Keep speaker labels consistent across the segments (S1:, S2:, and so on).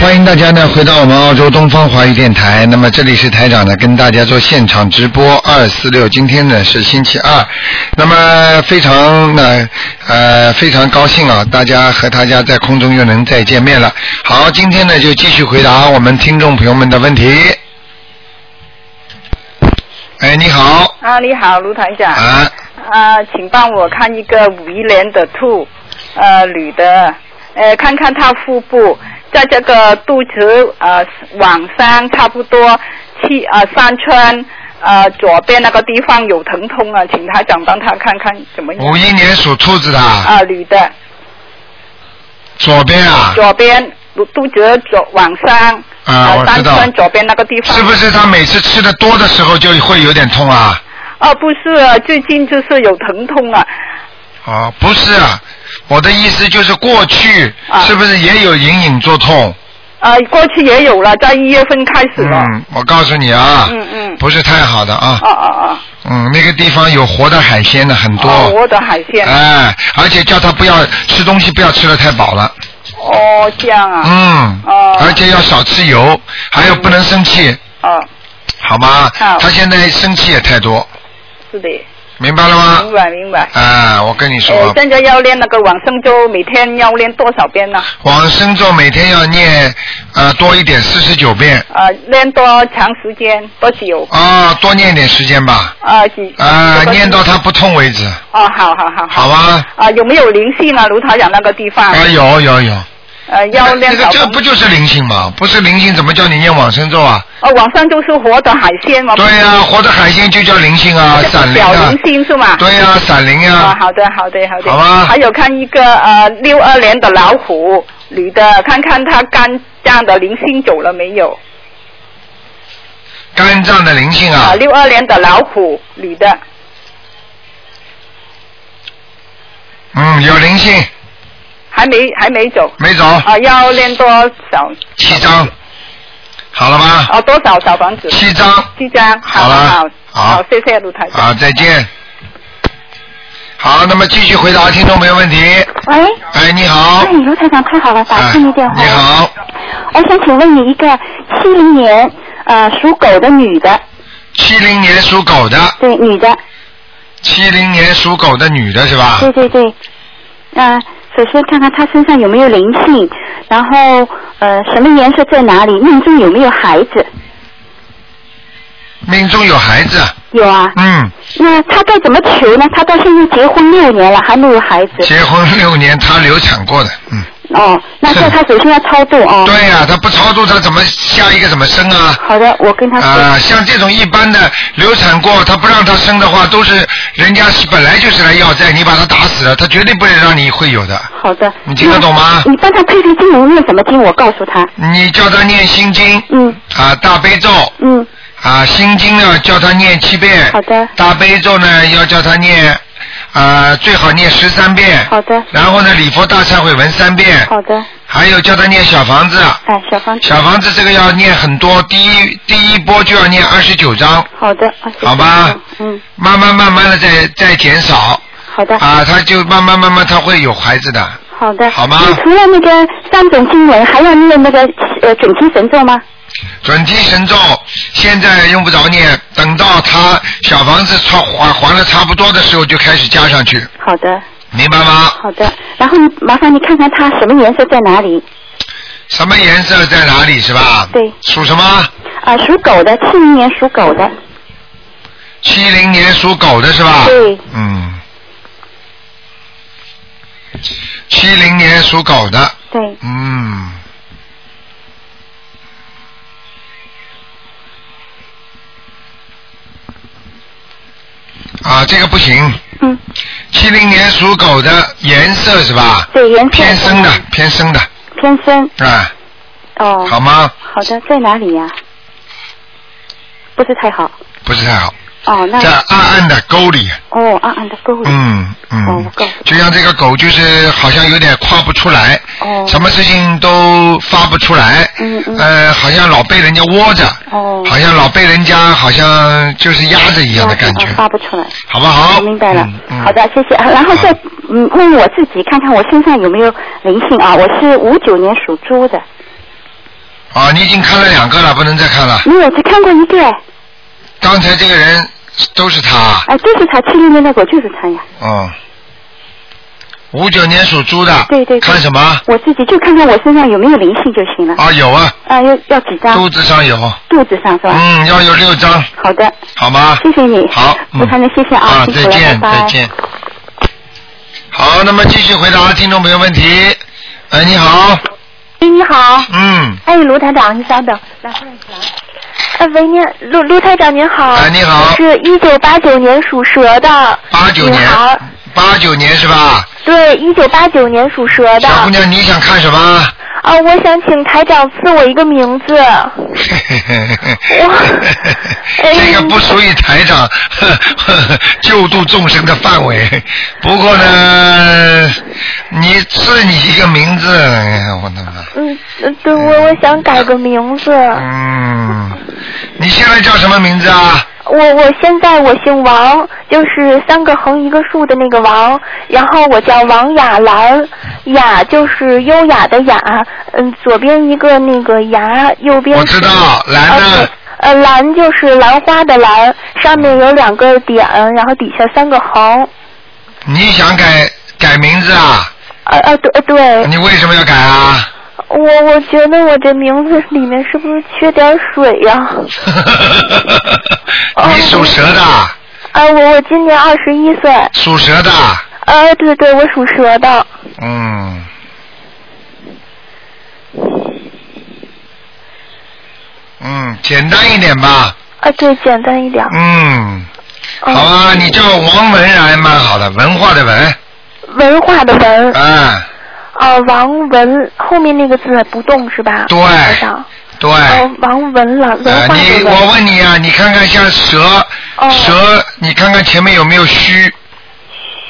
S1: 欢迎大家呢回到我们澳洲东方华语电台。那么这里是台长呢跟大家做现场直播二四六，今天呢是星期二，那么非常呢呃非常高兴啊，大家和大家在空中又能再见面了。好，今天呢就继续回答我们听众朋友们的问题。哎，你好，
S2: 啊，你好，卢团长。
S1: 啊，
S2: 啊，请帮我看一个五一年的兔，呃，女的，呃，看看她腹部在这个肚脐呃往上差不多七呃三圈呃左边那个地方有疼痛啊，请台长帮她看看怎么样。
S1: 五一年属兔子的，
S2: 啊，女的，
S1: 左边啊，
S2: 左边肚肚脐左往上
S1: 啊，
S2: 呃
S1: 我知
S2: 三
S1: 道，
S2: 圈左边那个地方。
S1: 是不是他每次吃的多的时候就会有点痛啊？
S2: 哦，不是啊，最近就是有疼痛啊。
S1: 哦，不是啊，我的意思就是过去
S2: 啊
S1: 是不是也有隐隐作痛？
S2: 呃，过去也有了，在一月份开始了。
S1: 嗯，我告诉你啊，
S2: 嗯嗯。
S1: 不是太好的啊。
S2: 哦哦
S1: 嗯，那个地方有活的海鲜的很
S2: 哦，
S1: 多，
S2: 哦，我的海鲜。
S1: 哎，而且叫他不要吃东西，不要吃的太饱了。
S2: 哦，这样啊。
S1: 嗯。
S2: 哦
S1: 而且要少吃油，还有不能生气，
S2: 哦，
S1: 好吗？
S2: 好
S1: 他现在生气也太多，
S2: 是的，
S1: 明白了吗
S2: 明？白明白。
S1: 哎，我跟你说啊
S2: 呃，，现在要练那个往生咒，每天要练多少遍呢？
S1: 往生咒每天要念呃多一点，四十九遍
S2: 呃，练多长时间？多久？
S1: 啊，多念一点时间吧。
S2: 啊，几？
S1: 啊，
S2: 多久
S1: 念到他不痛为止，
S2: 哦，好好好。
S1: 好吗？
S2: 啊，有没有灵性啊？卢台长那个地方
S1: 啊，，有有有。
S2: 呃，要
S1: 那
S2: 练
S1: 个
S2: 少
S1: 这
S2: 少
S1: 不就是灵性吗？不是灵性，怎么叫你念往生咒啊？
S2: 哦，往生咒哦是活的海鲜嘛？
S1: 对呀、活着海鲜就叫灵性啊，
S2: 这个
S1: 闪灵
S2: 表
S1: 啊
S2: 灵，性是吗？
S1: 对呀、闪灵呀、
S2: 啊，好的，好的，好的。
S1: 好吧
S2: 还有看一个呃六二年的老虎女的，看看她肝脏的灵性走了没有？
S1: 肝脏的灵性啊
S2: 啊，，六二年的老虎女的，
S1: 嗯，有灵性，
S2: 还没还没走。
S1: 没走，
S2: 啊，要练多少？
S1: 七张，好了吗？
S2: 啊，多少小房子？
S1: 七张，
S2: 七张。
S1: 好了
S2: 好，
S1: 好
S2: 好，谢谢卢台长。
S1: 啊，再见。好，那么继续回答听众朋友问题。
S3: 喂，
S1: 哎，你好
S3: 哎，，卢台长，太好了，打
S1: 哎，
S3: 通你电话。
S1: 你。好，
S3: 我想请问你一个七零年呃属狗的女的，
S1: 七零年属狗的，
S3: 对，女的，
S1: 啊七零年属狗的女的是吧？
S3: 对对对。呃，首先看看她身上有没有灵性，然后呃什么颜色在哪里，命中有没有孩子？
S1: 命中有孩子，
S3: 有啊。
S1: 嗯，
S3: 那她该怎么求呢？她到现在结婚六年了，还没有孩子。
S1: 结婚六年，她流产过的，嗯，
S3: 哦，那叫她首先要超度哦。
S1: 对呀、她不超度，她怎么下一个怎么生啊？
S3: 好的，我跟她说。
S1: 啊、像这种一般的流产过，她不让她生的话，都是人家是本来就是来要债，你把她打死了，她绝对不能让你会有的。
S3: 好的。
S1: 你听得懂吗
S3: 那你帮她推推经文念什么经？我告诉她。
S1: 你叫她念心经
S3: 嗯
S1: 啊、大悲咒
S3: 嗯。
S1: 啊、心经呢叫她念七遍，
S3: 好的
S1: 大悲咒呢要叫她念啊、最好念十三遍，
S3: 好的，
S1: 然后呢礼佛大忏悔文三遍，
S3: 好的，
S1: 还有叫她念小房子。
S3: 哎，小芳，
S1: 小房子这个要念很多，第一第一波就要念二十九章，
S3: 好的，啊
S1: 好吧
S3: 嗯，
S1: 慢慢慢慢的再再减少
S3: 好的，
S1: 啊，他就慢慢慢慢他会有孩子的。
S3: 好的，
S1: 好吗
S3: 你除了那个三种经文，还要念那个呃准提神咒吗？
S1: 准提神咒现在用不着念，等到他小房子差还还了差不多的时候就开始加上去，
S3: 好的，
S1: 明白吗？
S3: 好的。然后你麻烦你看看它什么颜色在哪里？
S1: 什么颜色在哪里是吧？
S3: 对
S1: 属什么？
S3: 啊，属狗的，七零年属狗的，
S1: 七零年属狗的是吧？
S3: 对。
S1: 嗯。七零年属狗的。
S3: 对，
S1: 嗯，啊，这个不行。
S3: 嗯，
S1: 七零年属狗的颜色是吧？
S3: 对，颜色
S1: 偏深的，偏深的，
S3: 偏深，
S1: 啊，
S3: 哦，
S1: 好吗？
S3: 好的，在哪里呀？不是太好，
S1: 不是太好，
S3: 哦，那
S1: 在暗暗的沟里。
S3: 哦，暗暗的沟里，
S1: 嗯
S3: 哦我
S1: 嗯
S3: 告诉，你
S1: 就像这个狗，就是好像有点跨不出来，
S3: 哦
S1: 什么事情都发不出来，
S3: 嗯嗯
S1: 呃，好像老被人家窝着，
S3: 哦
S1: 好像老被人家好像就是压着一样的感觉，
S3: 哦发不出来。
S1: 好不好？
S3: 我明白了
S1: 嗯，嗯、
S3: 好的，谢谢。啊然后再
S1: 好
S3: 嗯问我自己，看看我身上有没有灵性啊？我是五九年属猪的，
S1: 啊，你已经看了两个了，不能再看了。
S3: 没有，只看过一个哎，
S1: 刚才这个人都是他，
S3: 哎，就是他七零年的狗就是他呀，
S1: 嗯，五九年属猪的，
S3: 对对对
S1: 看什么？
S3: 我自己就看看我身上有没有灵性就行了。
S1: 啊，有啊，
S3: 啊，要要几张？
S1: 肚子上有，
S3: 肚子上是吧？
S1: 嗯，要有六张，
S3: 好的，
S1: 好吗？
S3: 谢谢你。
S1: 好，
S3: 我看
S1: 嗯
S3: 能，谢谢
S1: 啊，
S3: 辛
S1: 再
S3: 苦了，
S1: 见，
S3: 拜拜
S1: 再。见。好，那么继续回答听众朋友问题。哎，你好，
S4: 哎，你好，
S1: 嗯，
S4: 哎，卢台长，您稍等，来换一下。哎，喂，您，卢卢台长您
S3: 哦
S4: 好，
S1: 哎，你
S4: 我
S1: 好，
S4: 是一九八九年属蛇的，
S1: 八九
S4: 女孩
S1: 年
S4: 儿，
S1: 八九年是吧？
S4: 对，一九八九年属蛇的。
S1: 小姑娘，你想看什么？
S4: 啊，我想请台长赐我一个名字。
S1: 嘿嘿嘿嘿
S4: 哇
S1: 嘿
S4: 哎
S1: 这个不属于台长 呵呵呵救度众生的范围。不过呢，你赐你一个名字，哎呀，我的妈！
S4: 嗯，呃对，我我想改个名字。
S1: 嗯，你现在叫什么名字啊？
S4: 我我现在我姓王，就是三个横一个竖的那个王，然后我叫王雅兰，雅就是优雅的雅，嗯，左边一个那个牙，右边
S1: 我知道，
S4: 呃
S1: 兰呢？
S4: 呃，兰就是兰花的兰，上面有两个点，然后底下三个横。
S1: 你想改改名字啊？
S4: 呃呃，对呃对，
S1: 你为什么要改啊？
S4: 我我觉得我这名字里面是不是缺点水呀、哦
S1: 你属蛇的，
S4: 啊，我我今年二十一岁，
S1: 属蛇的，
S4: 呃，对对，我属蛇的。
S1: 嗯。嗯，简单一点吧。
S4: 啊，对，简单一点。
S1: 嗯，
S4: 嗯
S1: 好啊，你叫王文还蛮好的，文化的文，
S4: 文化的文，
S1: 啊，
S4: 啊，王文后面那个字不动是吧？
S1: 对
S4: 台长
S1: 对。
S4: 哦，王文了，
S1: 呃
S4: 文，化
S1: 你
S4: 的文。
S1: 我问你啊，你看看像蛇，
S4: 哦
S1: 蛇，你看看前面有没有须，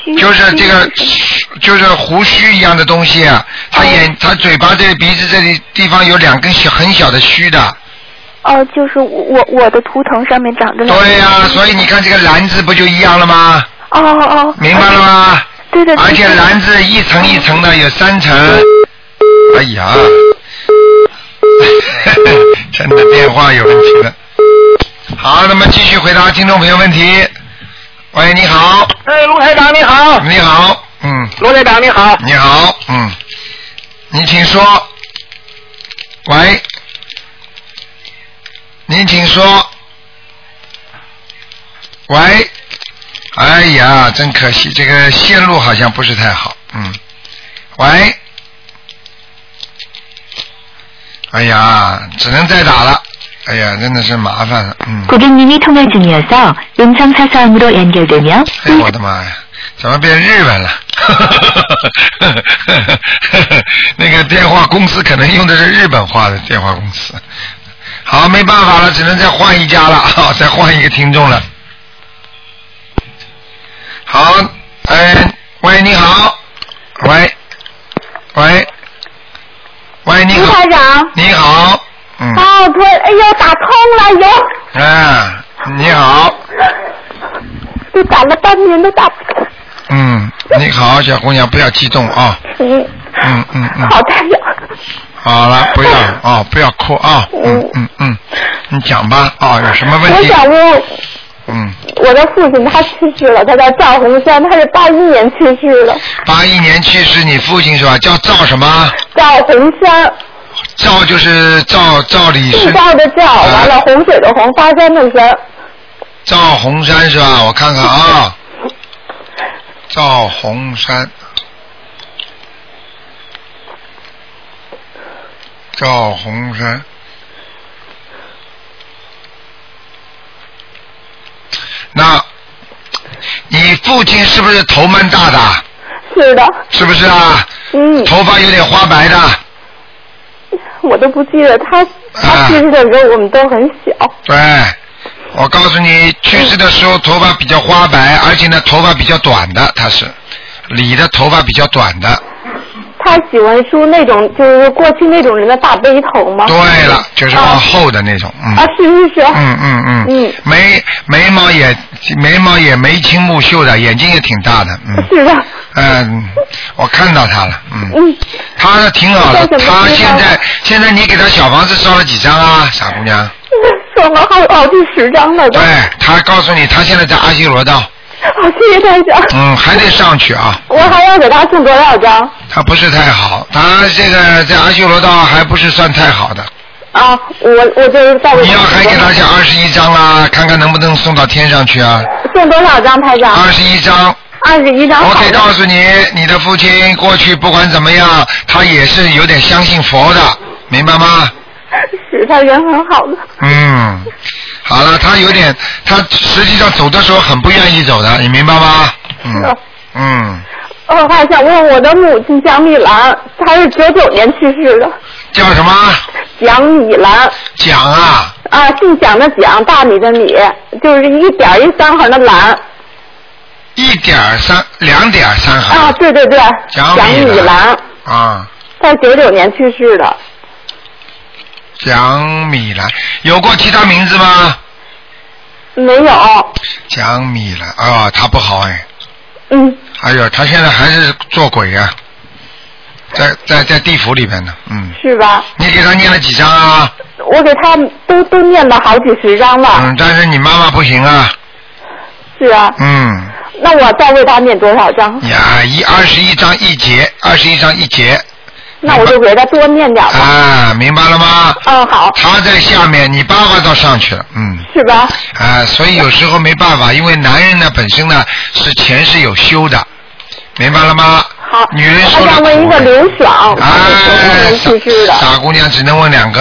S4: 虚
S1: 就是这个
S4: 虚是，
S1: 就是胡须一样的东西啊。它眼、它嘴巴这里、鼻子这里地方有两根小很小的须的。
S4: 哦，就是我我我的图腾上面长着两个。
S1: 对呀、所以你看这个蓝字不就一样了吗？
S4: 哦哦哦。
S1: 明白了吗？
S4: 对对对。
S1: 而且
S4: 对
S1: 蓝字一层一层的，有三层。哎呀， 真的电话有问题了。好，那么继续回答听众朋友问题。喂，你好，
S5: 哎，卢台长你好，
S1: 你好，嗯，
S5: 卢台长你好，
S1: 你好，嗯，你请说。喂，您请说。喂，哎呀，真可惜，这个线路好像不是太好，嗯。喂，哎呀，只能再打了，哎呀，真的是麻烦了，嗯。
S6: 고객님이 통화 중이어서 음성 사서함으로 연결되며
S1: 哎我的妈呀，怎么变日文了？ 那个电话公司可能用的是日本话的电话公司。好，没办法了，只能再换一家了， 好，再换一个听众了。好，哎，喂，你好，喂，喂，喂，你
S4: 卢
S1: 好
S4: 台，长，
S1: 你好，嗯，
S4: 哦，对，哎呦，打通了，有，
S1: 啊，你 好，
S4: 就打了半年都打不通。
S1: 嗯，你好，小姑娘，不要激动啊、
S4: 嗯
S1: 嗯嗯嗯
S4: 好台长，
S1: 好了，不要啊、哦，不要哭啊、嗯嗯嗯，你讲吧啊、有什么问
S4: 我
S1: 题？
S4: 想问
S1: 嗯，
S4: 我的父亲，他去世了，他叫赵红山，他是八一年去世的，
S1: 八一年去世，你父亲是吧？叫赵什么？
S4: 赵红山，
S1: 赵就是赵赵李
S4: 姓
S1: 是啊
S4: 赵的赵，完了洪水的洪，发山的山，
S1: 赵红山是吧？我看看啊，赵红山，赵红山。那，你父亲是不是头蛮大的？
S4: 是的，
S1: 是不是啊？
S4: 嗯，
S1: 头发有点花白的，
S4: 我都不记得
S1: 啊
S4: 他他去世的时候我们都很小，
S1: 对。哎我告诉你，去世的时候头发比较花白，而且呢头发比较短的，他是理的头发比较短的，
S5: 他喜欢梳那种就是过去那种人的大背头吗？
S1: 对了，就是
S4: 啊
S1: 往后的那种，嗯
S5: 哦啊，是是是，
S1: 嗯嗯嗯，
S5: 嗯
S1: 眉眉毛也眉毛也眉清目秀的，眼睛也挺大的， 嗯
S5: 是的，
S1: 嗯，我看到他了，嗯，
S5: 嗯，
S1: 他的挺好的，
S5: 在什么
S1: 他
S5: 地方
S1: 现在现在你给他小房子烧了几张啊，傻姑娘？
S5: 说了好好几十张了都。
S1: 对，他告诉你他现在在阿修罗道，
S5: 好，谢谢台长，
S1: 嗯，还得上去啊，
S5: 我还要给他送多少张？
S1: 他不是太好，他这个在阿修罗道还不是算太好的，
S5: 啊，我我就是在
S1: 你要还给他讲二十一张啦，看看能不能送到天上去啊，
S5: 送多少张，台长？
S1: 二十一张。
S5: 二十一张。
S1: 我
S5: 好
S1: 可以
S5: 的
S1: 告诉你，你的父亲过去不管怎么样，他也是有点相信佛的，明白吗？
S5: 是他人很好的，
S1: 嗯，好了，他有点，他实际上走的时候很不愿意走的，你明白吗？嗯
S5: 是
S1: 嗯，
S5: 我还想问我的母亲蒋米兰，她是九九年去世的，
S1: 叫什么
S5: 蒋米兰
S1: 讲啊？
S5: 啊，姓蒋的蒋，大米的米，就是一点儿一三横的兰
S1: 啊一点儿三，两点儿三
S5: 啊，
S1: 行
S5: 对对对，
S1: 蒋
S5: 蒋
S1: 米兰
S5: 米兰，
S1: 啊，
S5: 她九九年去世的，
S1: 蒋米兰有过其他名字吗？
S5: 没有，
S1: 蒋米兰啊、他不好哎，
S5: 嗯，
S1: 哎呦，他现在还是做鬼呀、在在在地府里边呢，嗯。
S5: 是吧？
S1: 你给他念了几张啊？
S5: 我给她都都念了好几十张了，
S1: 嗯，但是你妈妈不行啊。
S5: 是啊，
S1: 嗯，
S5: 那我再为她念多少张？
S1: 呀，一二十一张一节，二十一张一节
S5: 那我就给她多念点儿吧。
S1: 啊，明白了吗？
S5: 嗯，好，
S1: 他在下面，你爸爸倒上去了，嗯，
S5: 是吧？
S1: 啊，所以有时候没办法，因为男人呢本身呢是前世有修的，明白了吗？
S5: 好，
S1: 女人
S5: 啊我
S1: 受了
S5: 想问一个
S1: 苦。
S5: 刘爽，
S1: 哎
S5: 她是九九年去世的
S1: 傻，傻姑娘只能问两个，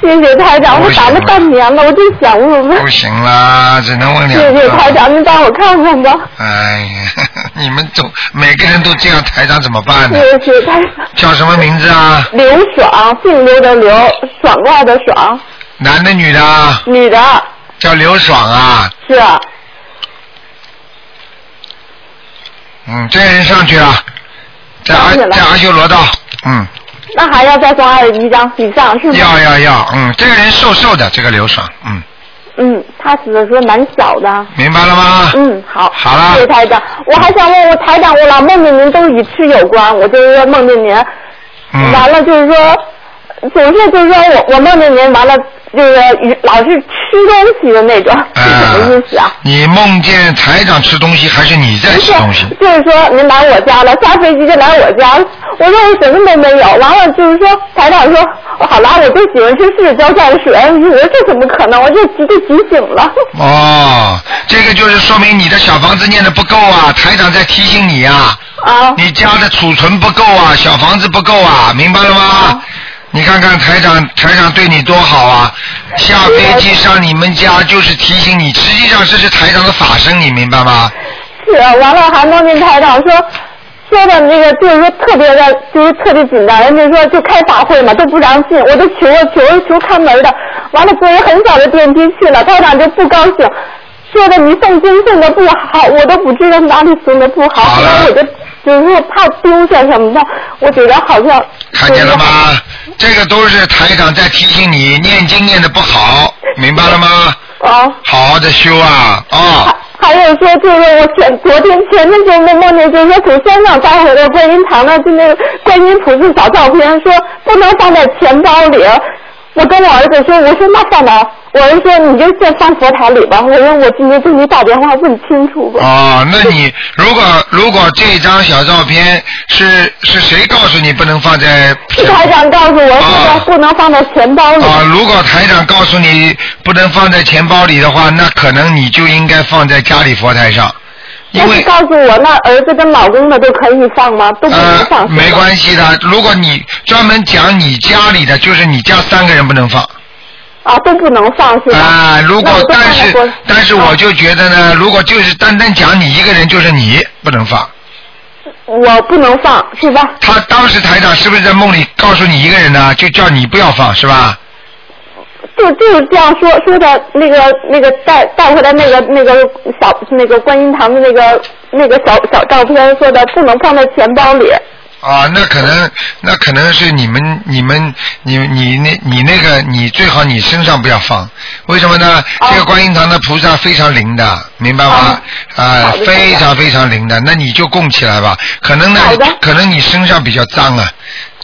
S5: 谢谢台长，我打了半年了，我就想问问
S1: 啊不，行啊 啦，只能问两
S5: 谢
S1: 个。
S5: 谢台长，您帮我看看吧，
S1: 哎呀， 你们总每个人都这样，台长怎么办呢？
S5: 谢谢台长。
S1: 叫什么名字啊？
S5: 刘爽，姓刘的刘，爽快的爽，
S1: 男的女的啊？
S5: 女的
S1: 叫刘爽啊。
S5: 是
S1: 嗯，这人上去了，在阿
S5: 上去了
S1: 在阿修罗道。嗯，
S5: 那还要再送二十一张以上是吗？
S1: 要要要，嗯，这个人瘦瘦的，这个刘爽，嗯，
S5: 嗯，他死的时候蛮小的。
S1: 明白了吗？
S5: 嗯，好，
S1: 好啦
S5: 谢谢台长。我还想问我台长，我老梦见您都与吃有关，我就是说梦见您，
S1: 嗯，
S5: 完了就是说，总是就是说我我梦见您，完了就是与老是吃东西的那种，
S1: 哎
S5: 是什么意思啊？
S1: 你梦见台长吃东西，还是你在
S5: 不
S1: 吃
S5: 是
S1: 东西？，
S5: 就是说您来我家了，下飞机就来我家，我说我什么都没有，完了就是说台长说，哦好啦，我就喜欢吃四十胶蘸水，我哎说这怎么可能？我就急就急醒了，
S1: 哦，这个就是说明你的小房子念的不够啊，台长在提醒你啊。
S5: 啊，
S1: 你家的储存不够
S5: 嗯
S1: 啊，小房子不够啊，明白了吗
S5: 啊？
S1: 你看看台长，台长对你多好啊！下飞机上你们家就是提醒你，实际上这是台长的法身，你明白吗？
S5: 是，完了还梦见台长说。说的那个就是说特别的，就是特别紧张。人家说就开法会嘛，都不让进，我都求了求了求看门的。完了，坐人很小的电梯去了，台长就不高兴，说的你送经送的不好，我都不知道哪里送的不好。
S1: 好
S5: 后
S1: 了
S5: 来我就就是说怕丢下什么的，我觉得好像
S1: 看见了？吗？这个都是台长在提醒你念经念的不好，明白了吗？
S5: 啊。
S1: 好好的修啊！哦，
S5: 还有说，就是我前昨天前天就梦梦见，就是说从山上带回来观音堂的就那个观音菩萨小照片，说不能放在钱包里。我跟我儿子说，我说那放哪儿？我儿子说你就先放佛台里吧。我说我今天给你打电话问清楚吧。
S1: 哦，那你如果如果这张小照片是是谁告诉你不能放在
S5: 是台长告诉我
S1: 啊
S5: 说不能放在钱包里。
S1: 啊，如果台长告诉你不能放在钱包里的话，那可能你就应该放在家里佛台上，因
S5: 但是
S1: 为
S5: 告诉我，那儿子跟老公的都可以放吗？都不能
S1: 呃
S5: 放。是吗
S1: 没关系的。如果你专门讲你家里的，就是你家三个人不能放
S5: 啊，都不能放是吧？
S1: 啊、如
S5: 那
S1: 果
S5: 我都
S1: 但
S5: 放在
S1: 是
S5: 锅
S1: 但是
S5: 啊
S1: 我就觉得呢，如果就是单单讲你一个人，就是你不能放。
S5: 我不能放是吧？
S1: 他当时台长是不是在梦里告诉你一个人呢？就叫你不要放是吧？
S5: 就就是这样说说的那个那个带带回来那个那个小那个观音堂的那个那个小小照片，说的不能放在钱包里。
S1: 啊，那可能，那可能是你们、你们、你、你那、你那个，你最好你身上不要放，为什么呢？
S7: 哦
S1: 这个观音堂的菩萨非常灵的，明白吗？
S7: 哦
S1: 啊，非常非常灵的，那你就供起来吧。可能呢
S7: 好的，哦
S1: 可能你身上比较脏啊，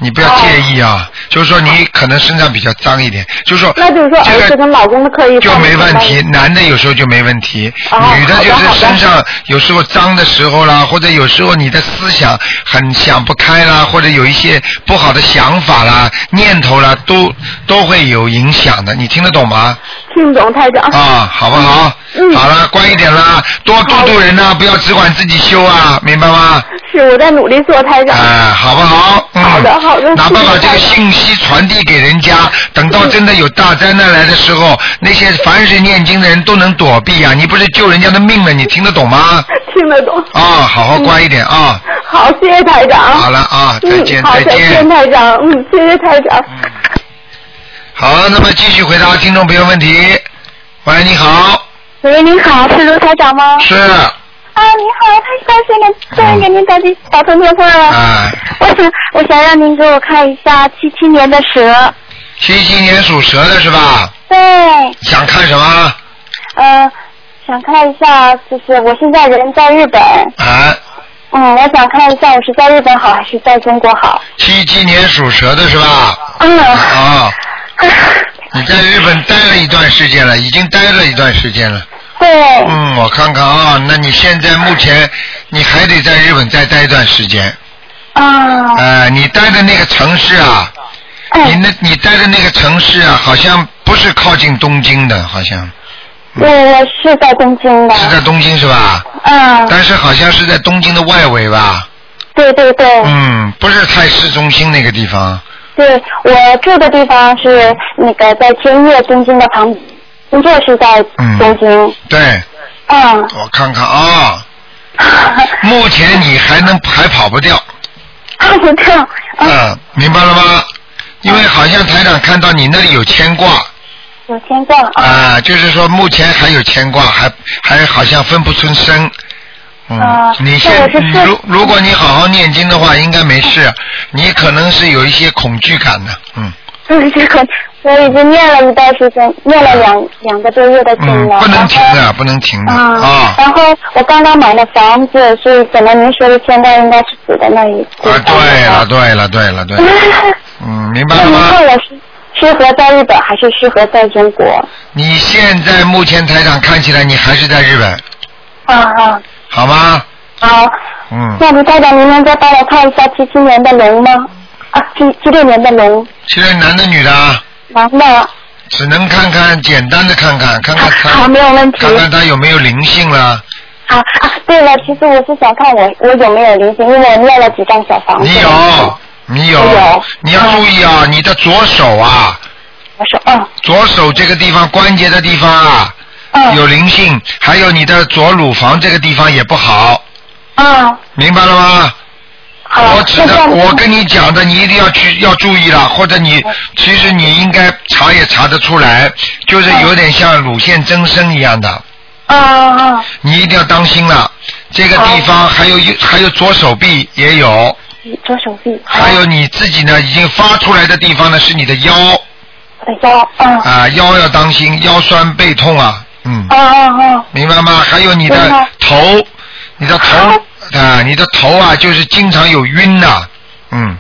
S1: 你不要介意啊，就是说你可能身上比较脏一点，就是说
S7: 那就是说
S1: 这
S7: 儿
S1: 个
S7: 子跟老公的可以
S1: 就
S7: 放
S1: 没
S7: 进
S1: 问
S7: 来
S1: 题，男的有时候就没问题，
S7: 哦
S1: 女的
S7: 好的
S1: 就是
S7: 好的
S1: 身上有时候脏的时候啦，或者有时候你的思想很想不开啦，或者有一些不好的想法啦、念头啦，都都会有影响的。你听得懂吗？
S7: 听懂台长。
S1: 啊，好不好？
S7: 哦嗯
S1: 好了，乖一点啦，多度度人呐、不要只管自己修啊，明白吗？
S7: 是我在努力做台长。
S1: 哎，好不好？嗯、
S7: 好的好的
S1: 哪怕把这
S7: 谢谢台嗯长
S1: 个信息传递给人家，等到真的有大灾难来的时候，那些凡是念经的人都能躲避啊！你不是救人家的命了？你听得懂 吗？
S7: 听得懂。
S1: 啊、好好乖一点啊！
S7: 好，谢谢台长。
S1: 好了啊，再见、
S7: 嗯，好，再
S1: 见
S7: 见，。台长。嗯，谢谢台长。
S1: 好，那么继续回答听众朋友问题。喂，你好，
S5: 喂，您好，是卢台长吗？
S1: 是嗯
S5: 啊，你好，太高兴了，终于给您打进打通电话了。
S1: 啊，
S5: 我想，我想让您给我看一下七七年的蛇。
S1: 七七年属蛇的是吧？
S5: 对，
S4: 哎
S1: 想看什么？
S5: 呃，想看一下，就是我现在人在日本，
S1: 啊，
S5: 嗯，我想看一下我是在日本好还是在中国好。
S1: 七七年属蛇的是吧？
S5: 嗯，
S1: 啊。你在日本待了一段时间了，已经待了一段时间了。
S5: 对，
S1: 嗯，我看看啊，那你现在目前你还得在日本再待一段时间。
S5: 啊，
S1: 呃，你待的那个城市啊，你
S5: 哎，
S1: 那你待的那个城市啊，好像不是靠近东京的，好像
S5: 对，我是在东京的，
S1: 是在东京是吧？
S5: 嗯，
S1: 但是好像是在东京的外围吧？
S5: 对对对，
S1: 嗯，不是太市中心那个地方。
S5: 对我住的地方是那个在天悦东京的旁，工作是在东京，
S1: 对，
S5: 嗯，
S1: 我看看啊，目前你还能还跑不掉。
S5: 啊，不错，嗯，
S1: 嗯，明白了吗？因为好像台长看到你那里有牵挂
S5: 有签证
S1: 啊、
S5: 啊，
S1: 就是说目前还有牵挂，还还好像分不出身。嗯，
S5: 啊
S1: 你
S5: 那
S1: 现
S5: 我是
S1: 你
S5: 顺
S1: 如如果你好好念经的话，应该没事。你可能是有一些恐惧感的，嗯
S5: 嗯，这个我已经念了一段时间，念了两两个多月的经
S1: 嗯，
S5: 了，
S1: 不能停
S5: 然后
S1: 的，不能停的
S5: 啊、
S1: 啊
S5: 然后我刚刚买了房子，所以可能您说的现在应该是指的那一
S1: 啊！对了，对了，对了，对了，嗯，明白
S5: 那
S1: 哎了
S5: 您
S1: 吗
S5: 看？我是适合在日本还是适合在中国？
S1: 你现在目前台长看起来你还是在日本，
S5: 啊啊，
S1: 好吗？
S5: 好，
S1: 嗯，
S5: 那卢台长，您能再帮我看一下七七年的龙吗？啊，七七六年的龙，
S1: 现在男的女的啊？
S5: 男的，
S1: 只能看看简单的看看，看看他，
S5: 啊好，没有问题。
S1: 看看他有没有灵性啦。
S5: 啊啊，对了，其实我是想看我我有没有灵性，因为我念了几张小房子。
S1: 你有，你有，
S5: 我有
S1: 你要注意啊，你的左手啊，
S5: 我说，嗯
S1: 左手这个地方关节的地方啊，
S5: 嗯
S1: 有灵性，还有你的左乳房这个地方也不好，
S5: 嗯，
S1: 明白了吗？
S5: 好，
S1: 我指
S5: 那这
S1: 的，
S5: 样
S1: 我跟你讲的，你一定要去要注意了，或者你
S5: 嗯
S1: 其实你应该查也查得出来，就是有点像乳腺增生一样的。
S5: 嗯嗯
S1: 你一定要当心了。这个地方还有右还有左手臂也有，
S5: 嗯，左手臂，
S1: 还有你自己呢，已经发出来的地方呢是你的腰
S5: 我的腰，嗯。
S1: 啊、腰要当心，腰酸背痛啊，嗯，
S5: 哦哦
S1: 明白吗？还有你
S5: 明
S1: 的
S5: 白
S1: 头，你的头啊
S5: 啊、
S1: 你的头啊，就是经常有晕呐、嗯，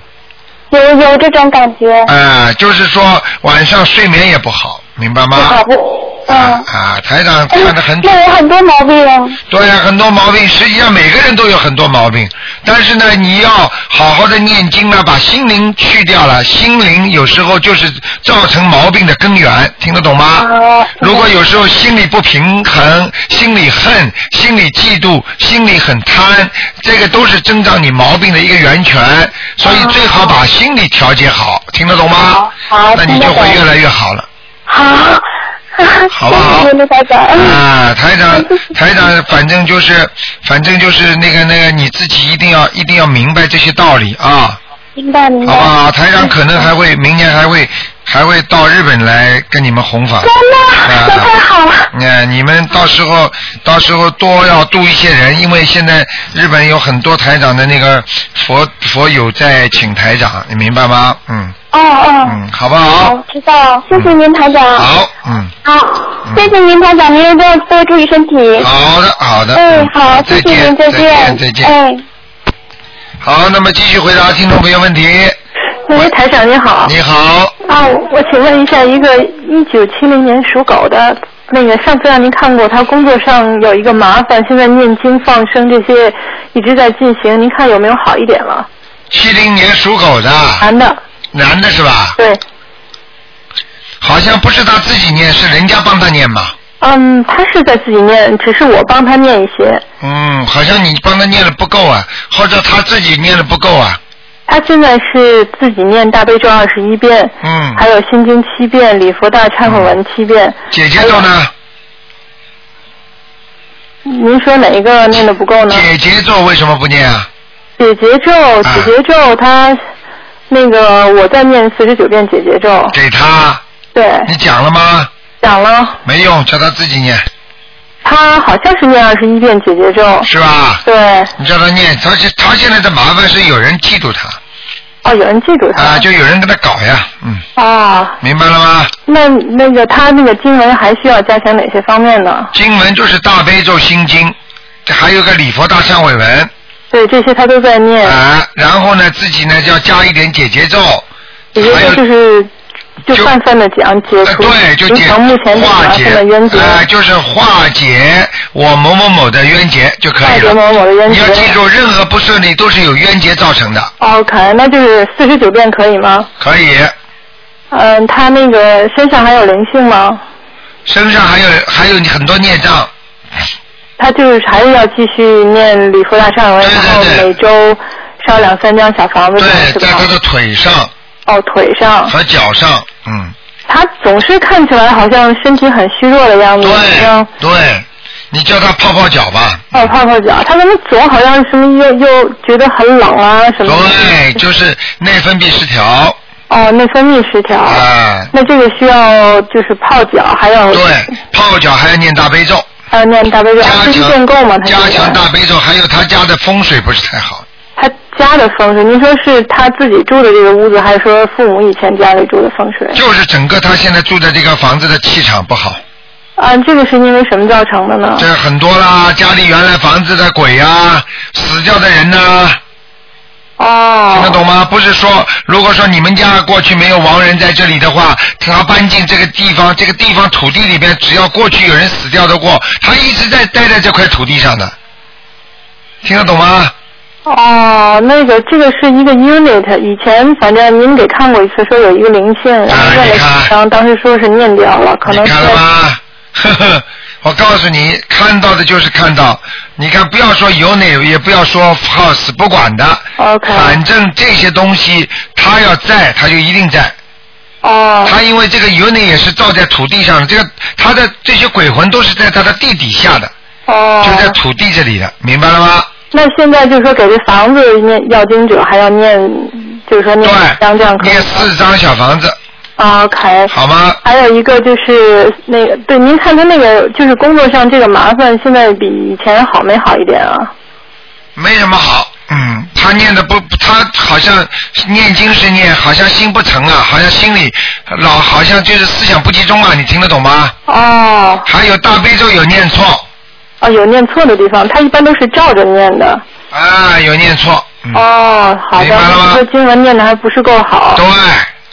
S5: 哦，有有这种感觉，
S1: 啊、就是说晚上睡眠也不好，明白
S5: 不
S1: 吗
S5: 好？不，嗯，
S1: 啊啊，台长看得很准。
S5: 那有很多毛病，
S1: 对呀、很多毛病，实际上每个人都有很多毛病，但是呢，你要好好的念经呢，把心灵去掉了，心灵有时候就是造成毛病的根源，听得懂吗？
S5: 哦
S1: 如果有时候心里不平衡，心里恨，心里嫉妒，心里很贪，这个都是增长你毛病的一个源
S5: 啊
S1: 泉，所以最好把心理调节好，听得懂吗？
S5: 好好
S1: 那你
S5: 听得
S1: 就会
S5: 懂
S1: 越来越好了。
S5: 好，
S1: 好不好
S5: 谢谢陆台长，嗯，
S1: 啊，台长，台长，反正就是，反正就是那个那个，你自己一定要一定要明白这些道理啊，
S5: 明白明
S1: 好不
S5: 白，
S1: 好？台长可能还会明年还会还会到日本来跟你们弘法。
S8: 真的，那太好了。
S1: 那、你们到时候到时候多要度一些人，因为现在日本有很多台长的那个佛佛友在请台长，你明白吗？嗯
S8: 哦哦，
S1: 嗯，好不好？
S8: 知道，谢谢您台长。
S1: 好，嗯，
S8: 好，谢谢您台长，您一定要多注意身体。
S1: 好的，好的。
S8: 哎
S1: 嗯，
S8: 好，谢
S1: 再
S8: 谢
S1: 见，
S8: 您，再
S1: 见，再见。
S8: 哎，
S1: 好，那么继续回答听众朋友问题。
S5: 喂，台长您好。
S1: 你好，
S5: 啊，我请问一下，一个一九七零年属狗的，那个上次让您看过，他工作上有一个麻烦，现在念经放生这些一直在进行，您看有没有好一点了？
S1: 七零年属狗的，
S5: 男的，
S1: 男的是吧？
S5: 对，
S1: 好像不是他自己念，是人家帮他念吧？
S5: 嗯，他是在自己念，只是我帮他念一些。
S1: 嗯，好像你帮他念的不够啊，或者他自己念的不够啊。
S5: 他现在是自己念大悲咒二十一遍，
S1: 嗯，
S5: 还有心经七遍，礼佛大忏悔文七遍。
S1: 姐姐咒呢？嗯
S5: 您说哪一个念的不够呢？
S1: 姐姐咒为什么不念啊？
S5: 解结咒，解结咒，他那个我在念四十九遍解结咒，
S1: 给他，
S5: 对，
S1: 你讲了吗？
S5: 讲了，
S1: 没用，叫他自己念，
S5: 他好像是念二十一遍解结咒，
S1: 是吧？
S5: 对，
S1: 你叫他念，而且他现在的麻烦是有人嫉妒他
S5: 哦，有人记住他，
S1: 啊，就有人跟他搞呀，嗯，
S5: 啊，
S1: 明白了吗？
S5: 那那个他那个经文还需要加强哪些方面呢？
S1: 经文就是大悲咒心经，还有个礼佛大忏悔文
S5: 对，这些他都在念，
S1: 啊，然后呢自己呢就要加一点解结咒，
S5: 解结
S1: 还有
S5: 咒就是就
S1: 就
S5: 泛泛的讲解
S1: 呃
S5: 除
S1: 对，就
S5: 平
S1: 解
S5: 常目前的
S1: 化
S5: 麻
S1: 解
S5: 烦的冤结，
S1: 呃就是化解我某某某的冤结就可
S5: 化
S1: 以
S5: 解
S1: 了。
S5: 某某的冤
S1: 你
S5: 结
S1: 要。记住，任何不顺利都是有冤结造成的，
S5: OK，那就是四十九遍可以吗？
S1: 可以。
S5: 嗯，他那个身上还有灵性吗？
S1: 身上还有还有你很多孽障，
S5: 他就是还是要继续念礼佛大忏悔文，
S1: 对对
S5: 然后
S1: 对
S5: 每周烧两三张小房子，
S1: 对，
S5: 是吧
S1: 在？他的腿上
S5: 哦，腿上，
S1: 和脚上，嗯，
S5: 他总是看起来好像身体很虚弱的样子，好像
S1: 对对，你叫他泡泡脚吧，
S5: 哦泡泡脚，他怎么总好像什么又又觉得很冷啊什么的？
S1: 对，就是内分泌失调
S5: 哦，内分泌失调，
S1: 啊，
S5: 那这个需要就是泡脚，还有
S1: 对，泡脚还要念大悲咒，
S5: 还有念大悲咒，
S1: 加
S5: 这是
S1: 强
S5: 建构吗？他
S1: 加
S5: 现在
S1: 强大悲咒，还有他家的风水不是太好。
S5: 他家的风水，您说是他自己住的这个屋子，还是说父母以前家里住的风水？
S1: 就是整个他现在住的这个房子的气场不好，
S5: 啊，这个是因为什么造成的呢？
S1: 这很多啦，家里原来房子的鬼呀、死掉的人呐、听得
S5: 哦，
S1: 懂吗？不是说，如果说你们家过去没有亡人在这里的话，他搬进这个地方，这个地方土地里边，只要过去有人死掉的过，他一直在待在这块土地上的，听得懂吗？
S5: 哦，那个这个是一个 unit，以前反正您给看过一次，说有一个灵性，然后念了
S1: 啊你看
S5: 几张，当时说是念掉了，可
S1: 你
S5: 能是
S1: 看了吗？ 呵呵，我告诉你，看到的就是看到。你看，不要说有哪，也不要说 house，不管的。
S5: OK
S1: 反正这些东西，它要在，它就一定在。
S5: 哦
S1: 它因为这个有哪也是照在土地上，这个它的这些鬼魂都是在它的地底下的，
S5: 哦
S1: 就，在土地这里的，明白了吗？
S5: 那现在就是说给这房子念要经者还要念，就是说念几嗯张这样
S1: 对，
S5: 可以
S1: 念四张小房子，
S5: 吗？OK。
S1: 好吗？
S5: 还有一个就是那个，对，您看他那个就是工作上这个麻烦，现在比以前好没好一点啊？
S1: 没什么好。嗯，他念的不，他好像念经是念，好像心不诚啊，好像心里老，好像就是思想不集中啊，你听得懂吗？
S5: 哦，
S1: 还有大悲咒有念错，
S5: 哦，有念错的地方，他一般都是照着念的。
S1: 啊，有念错，嗯，
S5: 哦，好
S1: 明
S5: 的，
S1: 白了吗
S5: 这经文念的还不是够好。
S1: 对，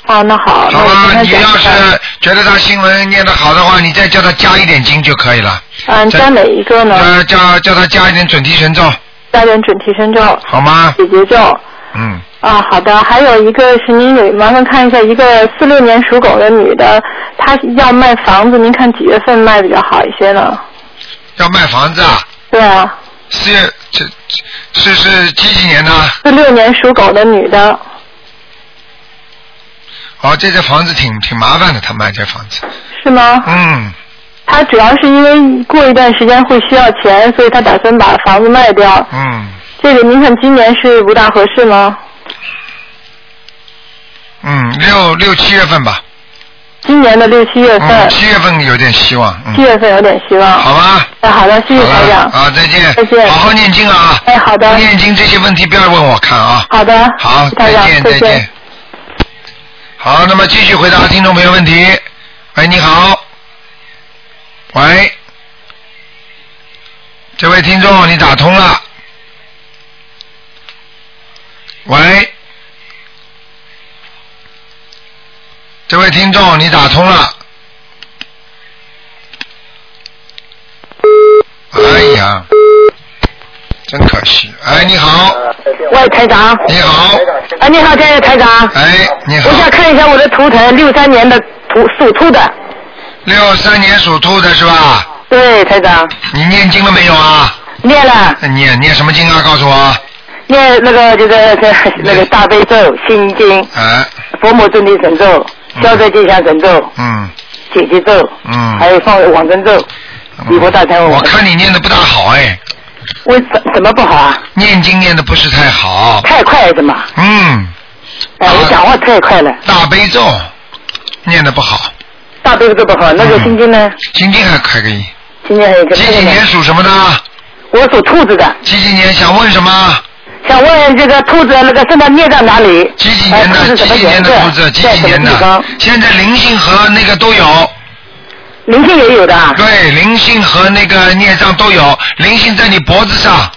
S5: 哦，那好，那
S1: 好
S5: 我
S1: 吧，
S5: 跟他
S1: 你
S5: 讲
S1: 要
S5: 一下。
S1: 是觉得他新闻念得好的话，你再叫他加一点经就可以了，
S5: 嗯，
S1: 这
S5: 加哪一个呢？
S1: 呃，叫叫他加一点准提神咒，
S5: 加点准提神咒、
S1: 好吗？
S5: 解结咒。
S1: 嗯，
S5: 啊，好的。还有一个是您有麻烦看一下，一个四六年属狗的女的，她要卖房子，您看几月份卖比较好一些呢？
S1: 要卖房子啊，
S5: 对啊，
S1: 四月这这是是几几年的？啊
S5: 四六年属狗的女的，
S1: 哦，这间房子挺挺麻烦的，他卖这房子，
S5: 是吗？
S1: 嗯。
S5: 她主要是因为过一段时间会需要钱，所以她打算把房子卖掉。
S1: 嗯
S5: 这个您看今年是不大合适吗？
S1: 嗯，六六七月份吧，
S9: 年的六七月份
S1: 嗯，，七月份有点希望，
S9: 七
S1: 嗯，
S9: 月份有点希望。
S1: 好吧，
S9: 哎，好的，谢谢
S1: 好
S9: 台
S1: 了，
S9: 长。
S1: 啊，再见，
S9: 再见
S1: 好好念经啊，
S9: 哎，好的
S1: 不，念经这些问题不要问我看啊，
S9: 好的，
S1: 好，
S9: 台
S1: 再
S9: 长，
S1: 见，
S9: 再
S1: 再见。好，那么继续回答听众朋友问题。喂，你好，喂，这位听众你打通了，喂，这位听众你打通了，哎呀，真可惜，哎，你好，
S5: 喂，台长。
S1: 你好，
S5: 哎，你好，这位台长。
S1: 哎，你 好
S5: 我，想看一下我的图腾，六三年的图属兔的。
S1: 六三年属兔的是吧？
S5: 对，台长，
S1: 你念经了没有啊？
S5: 念 了
S1: 念念什么经啊？告诉我。
S5: 念那个就是 这那个大悲咒、心经、
S1: 哎，
S5: 佛母正定神咒、消灾吉祥神咒、
S1: 嗯
S5: 姐姐咒，
S1: 嗯。
S5: 还有放往生咒。礼佛大忏悔文
S1: 我看你念的不大好哎，
S5: 为什怎么不好啊？
S1: 念经念的不是太好。
S5: 太快了嘛！
S1: 嗯，
S5: 哎，我讲话太快了，
S1: 大悲咒念的不好，
S5: 大悲咒不好。那个心经呢？
S1: 心经还可以。
S5: 嗯心经还有一个
S1: 几
S5: 那
S1: 几
S5: 个呢
S1: 年属什么的？
S5: 我属兔子的，
S1: 几几年想问什么？
S5: 想问这个兔子那个身上孽障哪里？
S1: 几几年
S5: 哎
S1: 的？几
S5: 兔子什么
S1: 几年的兔
S5: 颜
S1: 子？
S5: 色？
S1: 几
S5: 在
S1: 几
S5: 什
S1: 年
S5: 么地
S1: 的
S5: 方？？
S1: 现在灵性和那个都有，
S5: 灵性也有的啊，
S1: 对，灵性和那个孽障都有，灵性在你脖子上，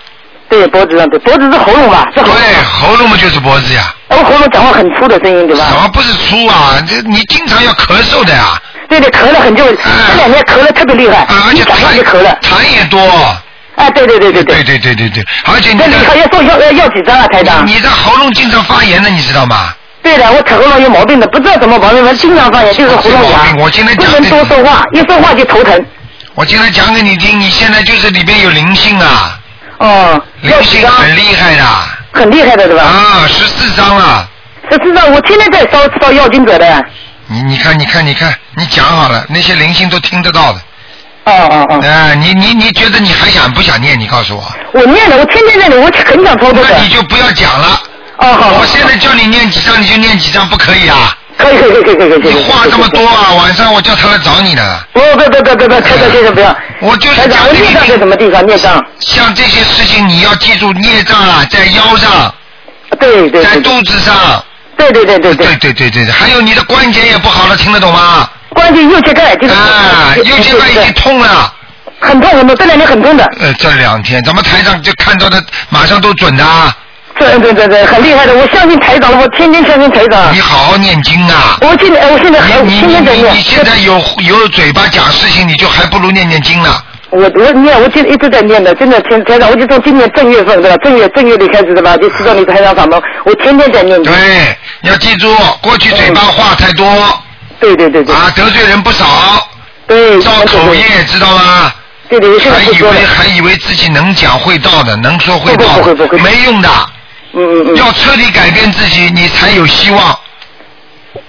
S5: 对，脖子上对，脖子是喉咙吧？是喉咙。
S1: 对，喉咙嘛就是脖子呀。
S5: 哎我喉咙讲话很粗的声音，对
S1: 什
S5: 吧？
S1: 么不是粗啊？这你经常要咳嗽的呀、
S5: 对对，咳了很久，
S1: 哎
S5: 这两天咳了特别厉害
S1: 啊，而，
S5: 一
S1: 且
S5: 讲话
S1: 痰
S5: 就咳了。
S1: 痰也多。
S5: 哎，对对对对
S1: 对
S5: 对，
S1: 对对对对，而且你
S5: 那你看
S1: 的
S5: 要送要要要几张啊，台长
S1: 你？你的喉咙经常发炎的，你知道吗？
S5: 对的，我喉咙有毛病的，不知道什么毛病，我经常发炎，就是喉咙
S1: 这毛病
S5: 痒，
S1: 我今天
S5: 不
S1: 讲
S5: 能
S1: 这
S5: 多说话，一说话就头疼。
S1: 我经常讲给你听，你现在就是里边有灵性啊，
S5: 哦，要
S1: 灵
S5: 几
S1: 性
S5: 张？
S1: 很厉害的
S5: 很厉害的，对吧？
S1: 啊，十四张了。
S5: 这知道我天天在烧烧药精者的。
S1: 你你看你看你看，你讲好了，那些灵性都听得到的。
S5: 哦哦
S1: 哎、
S5: 哦，
S1: 你你你觉得你还想不想念？你告诉我，
S5: 我念了，我天天在念，我很想抽的。
S1: 那你就不要讲了。
S5: 哦，好，好
S1: 我现在叫你念几张你就念几张，不可以啊！
S5: 可以可以可以可以可以。
S1: 你话这么多啊，晚上我叫他来找你呢。
S5: 不不不不不不，台长先生不要。
S1: 我就是
S5: 台
S1: 讲
S5: 长，
S1: 给你
S5: 孽障在什么地方？孽障，
S1: 像这些事情你要记住，孽障啊，在腰上，
S5: 对对
S1: 在
S5: 对
S1: 肚子上，
S5: 对对对对
S1: 对
S5: 对，
S1: 对对对，还有你的关节也不好了，听得懂吗？
S5: 关键右膝盖这个，
S1: 啊，右膝盖已经痛了。
S5: 很痛很痛，这两天很痛的，
S1: 呃，这两天咱们台上就看到的，马上都准的啊。
S5: 对对对对，很厉害的，我相信台长，我天天相信台长
S1: 你，好好念经啊！
S5: 我现在我现在还
S1: 你你
S5: 天
S1: 你
S5: 天在
S1: 你
S5: 念
S1: 你，现在有有嘴巴讲事情，你就还不如念念经呢。
S5: 我我念，我现在一直在念的，真的天台长，我就从今年正月份对吧，正月正月里开始对吧，就知道你台长法门，我天天在念的，
S1: 对，要记住，过去嘴巴话太多
S5: 对对对对
S1: 啊，得罪人不少，
S5: 对，
S1: 造口业，知道吗？
S5: 对对，我现在
S1: 还
S5: 不
S1: 以
S5: 说了
S1: 为，还以为自己能讲会道的，能说会道
S5: 不会不会不
S1: 的，
S5: 会
S1: 没用的。
S5: 嗯嗯嗯，
S1: 要彻底改变自己，你才有希望。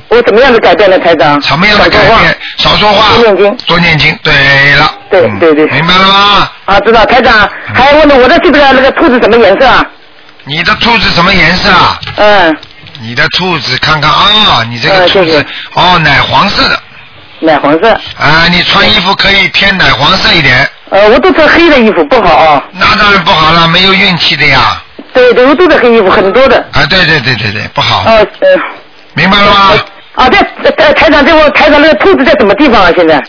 S5: 我怎么样的改变了台长？
S1: 什么样的
S5: 少
S1: 改
S5: 说话
S1: 变？少说话，
S5: 多念经，
S1: 多念经。对了，
S5: 对
S1: 嗯
S5: 对对
S1: 明白了吗？
S5: 啊，知道台长，还问了我的这个那个兔子什么颜色啊？
S1: 你的兔子什么颜色啊？
S5: 嗯，
S1: 你的兔子看看啊，你这个
S5: 呃
S1: 兔
S5: 谢
S1: 子
S5: 谢
S1: 哦，奶黄色的
S5: 奶黄色。
S1: 啊，你穿衣服可以偏奶黄色一点，
S5: 呃，我都穿黑的衣服不好啊。
S1: 那当然不好了，没有运气的呀。
S5: 对对，我都是黑衣服，很多的。
S1: 啊，对对对对对，不好，
S5: 呃呃，
S1: 明白了吗？
S5: 啊，在在台长这我台长那个兔子在什么地方啊？现在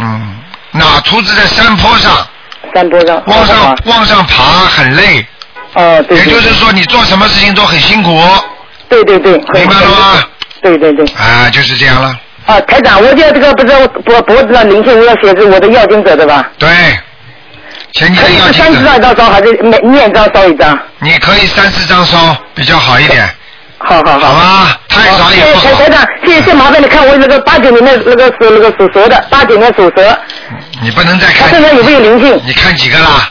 S1: 嗯，那兔子在山坡上，
S5: 啊山坡上。
S1: 往
S5: 啊
S1: 上往上爬很累，
S5: 哦，对
S1: 也就
S5: 对
S1: 是说你做什么事情都很辛苦，
S5: 对对对。
S1: 明白了吗？
S5: 对对对。
S1: 啊，就是这样了。
S5: 啊，台长，我这这个不是我脖脖子上灵性，我要写是我的要经者对吧？
S1: 对，前几
S5: 可
S1: 天
S5: 以
S1: 要
S5: 是
S1: 记
S5: 三十张
S1: 得，
S5: 一张烧，还是每念一张烧一张？
S1: 你可以三四张烧比较好一点，
S5: 好好
S1: 好吧？太
S5: 好，
S1: 少
S5: 谢
S1: 也
S5: 谢
S1: 不
S5: 台台
S1: 好，
S5: 长，谢谢麻烦你看我那个八九年的那个属那个属蛇的，八九年属蛇，
S1: 哎你不能再
S5: 他
S1: 看。
S5: 身上有没有灵性？
S1: 你看几个啦？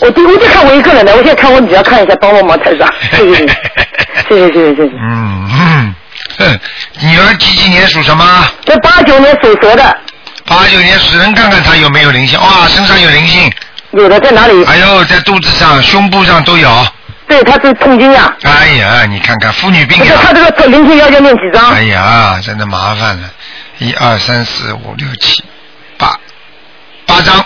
S5: 我就我就看我一个人的，我现在看我女儿看一下，帮帮忙台长，谢 谢你，谢谢谢谢谢谢。
S1: 嗯嗯，哼女儿几几年属什么？
S5: 这八九年属蛇的，
S1: 八九年属人，看看她有没有灵性。哇，身上有灵性，哎
S5: 有的在哪里？
S1: 哎呦，在肚子上、胸部上都有。
S10: 对，他是痛经呀。
S1: 哎呀，你看看妇女病
S10: 不是
S1: 哎呀、
S10: 他这啊个灵性要要念几张？
S1: 哎呀，真的麻烦了，一二三四五六七八八张，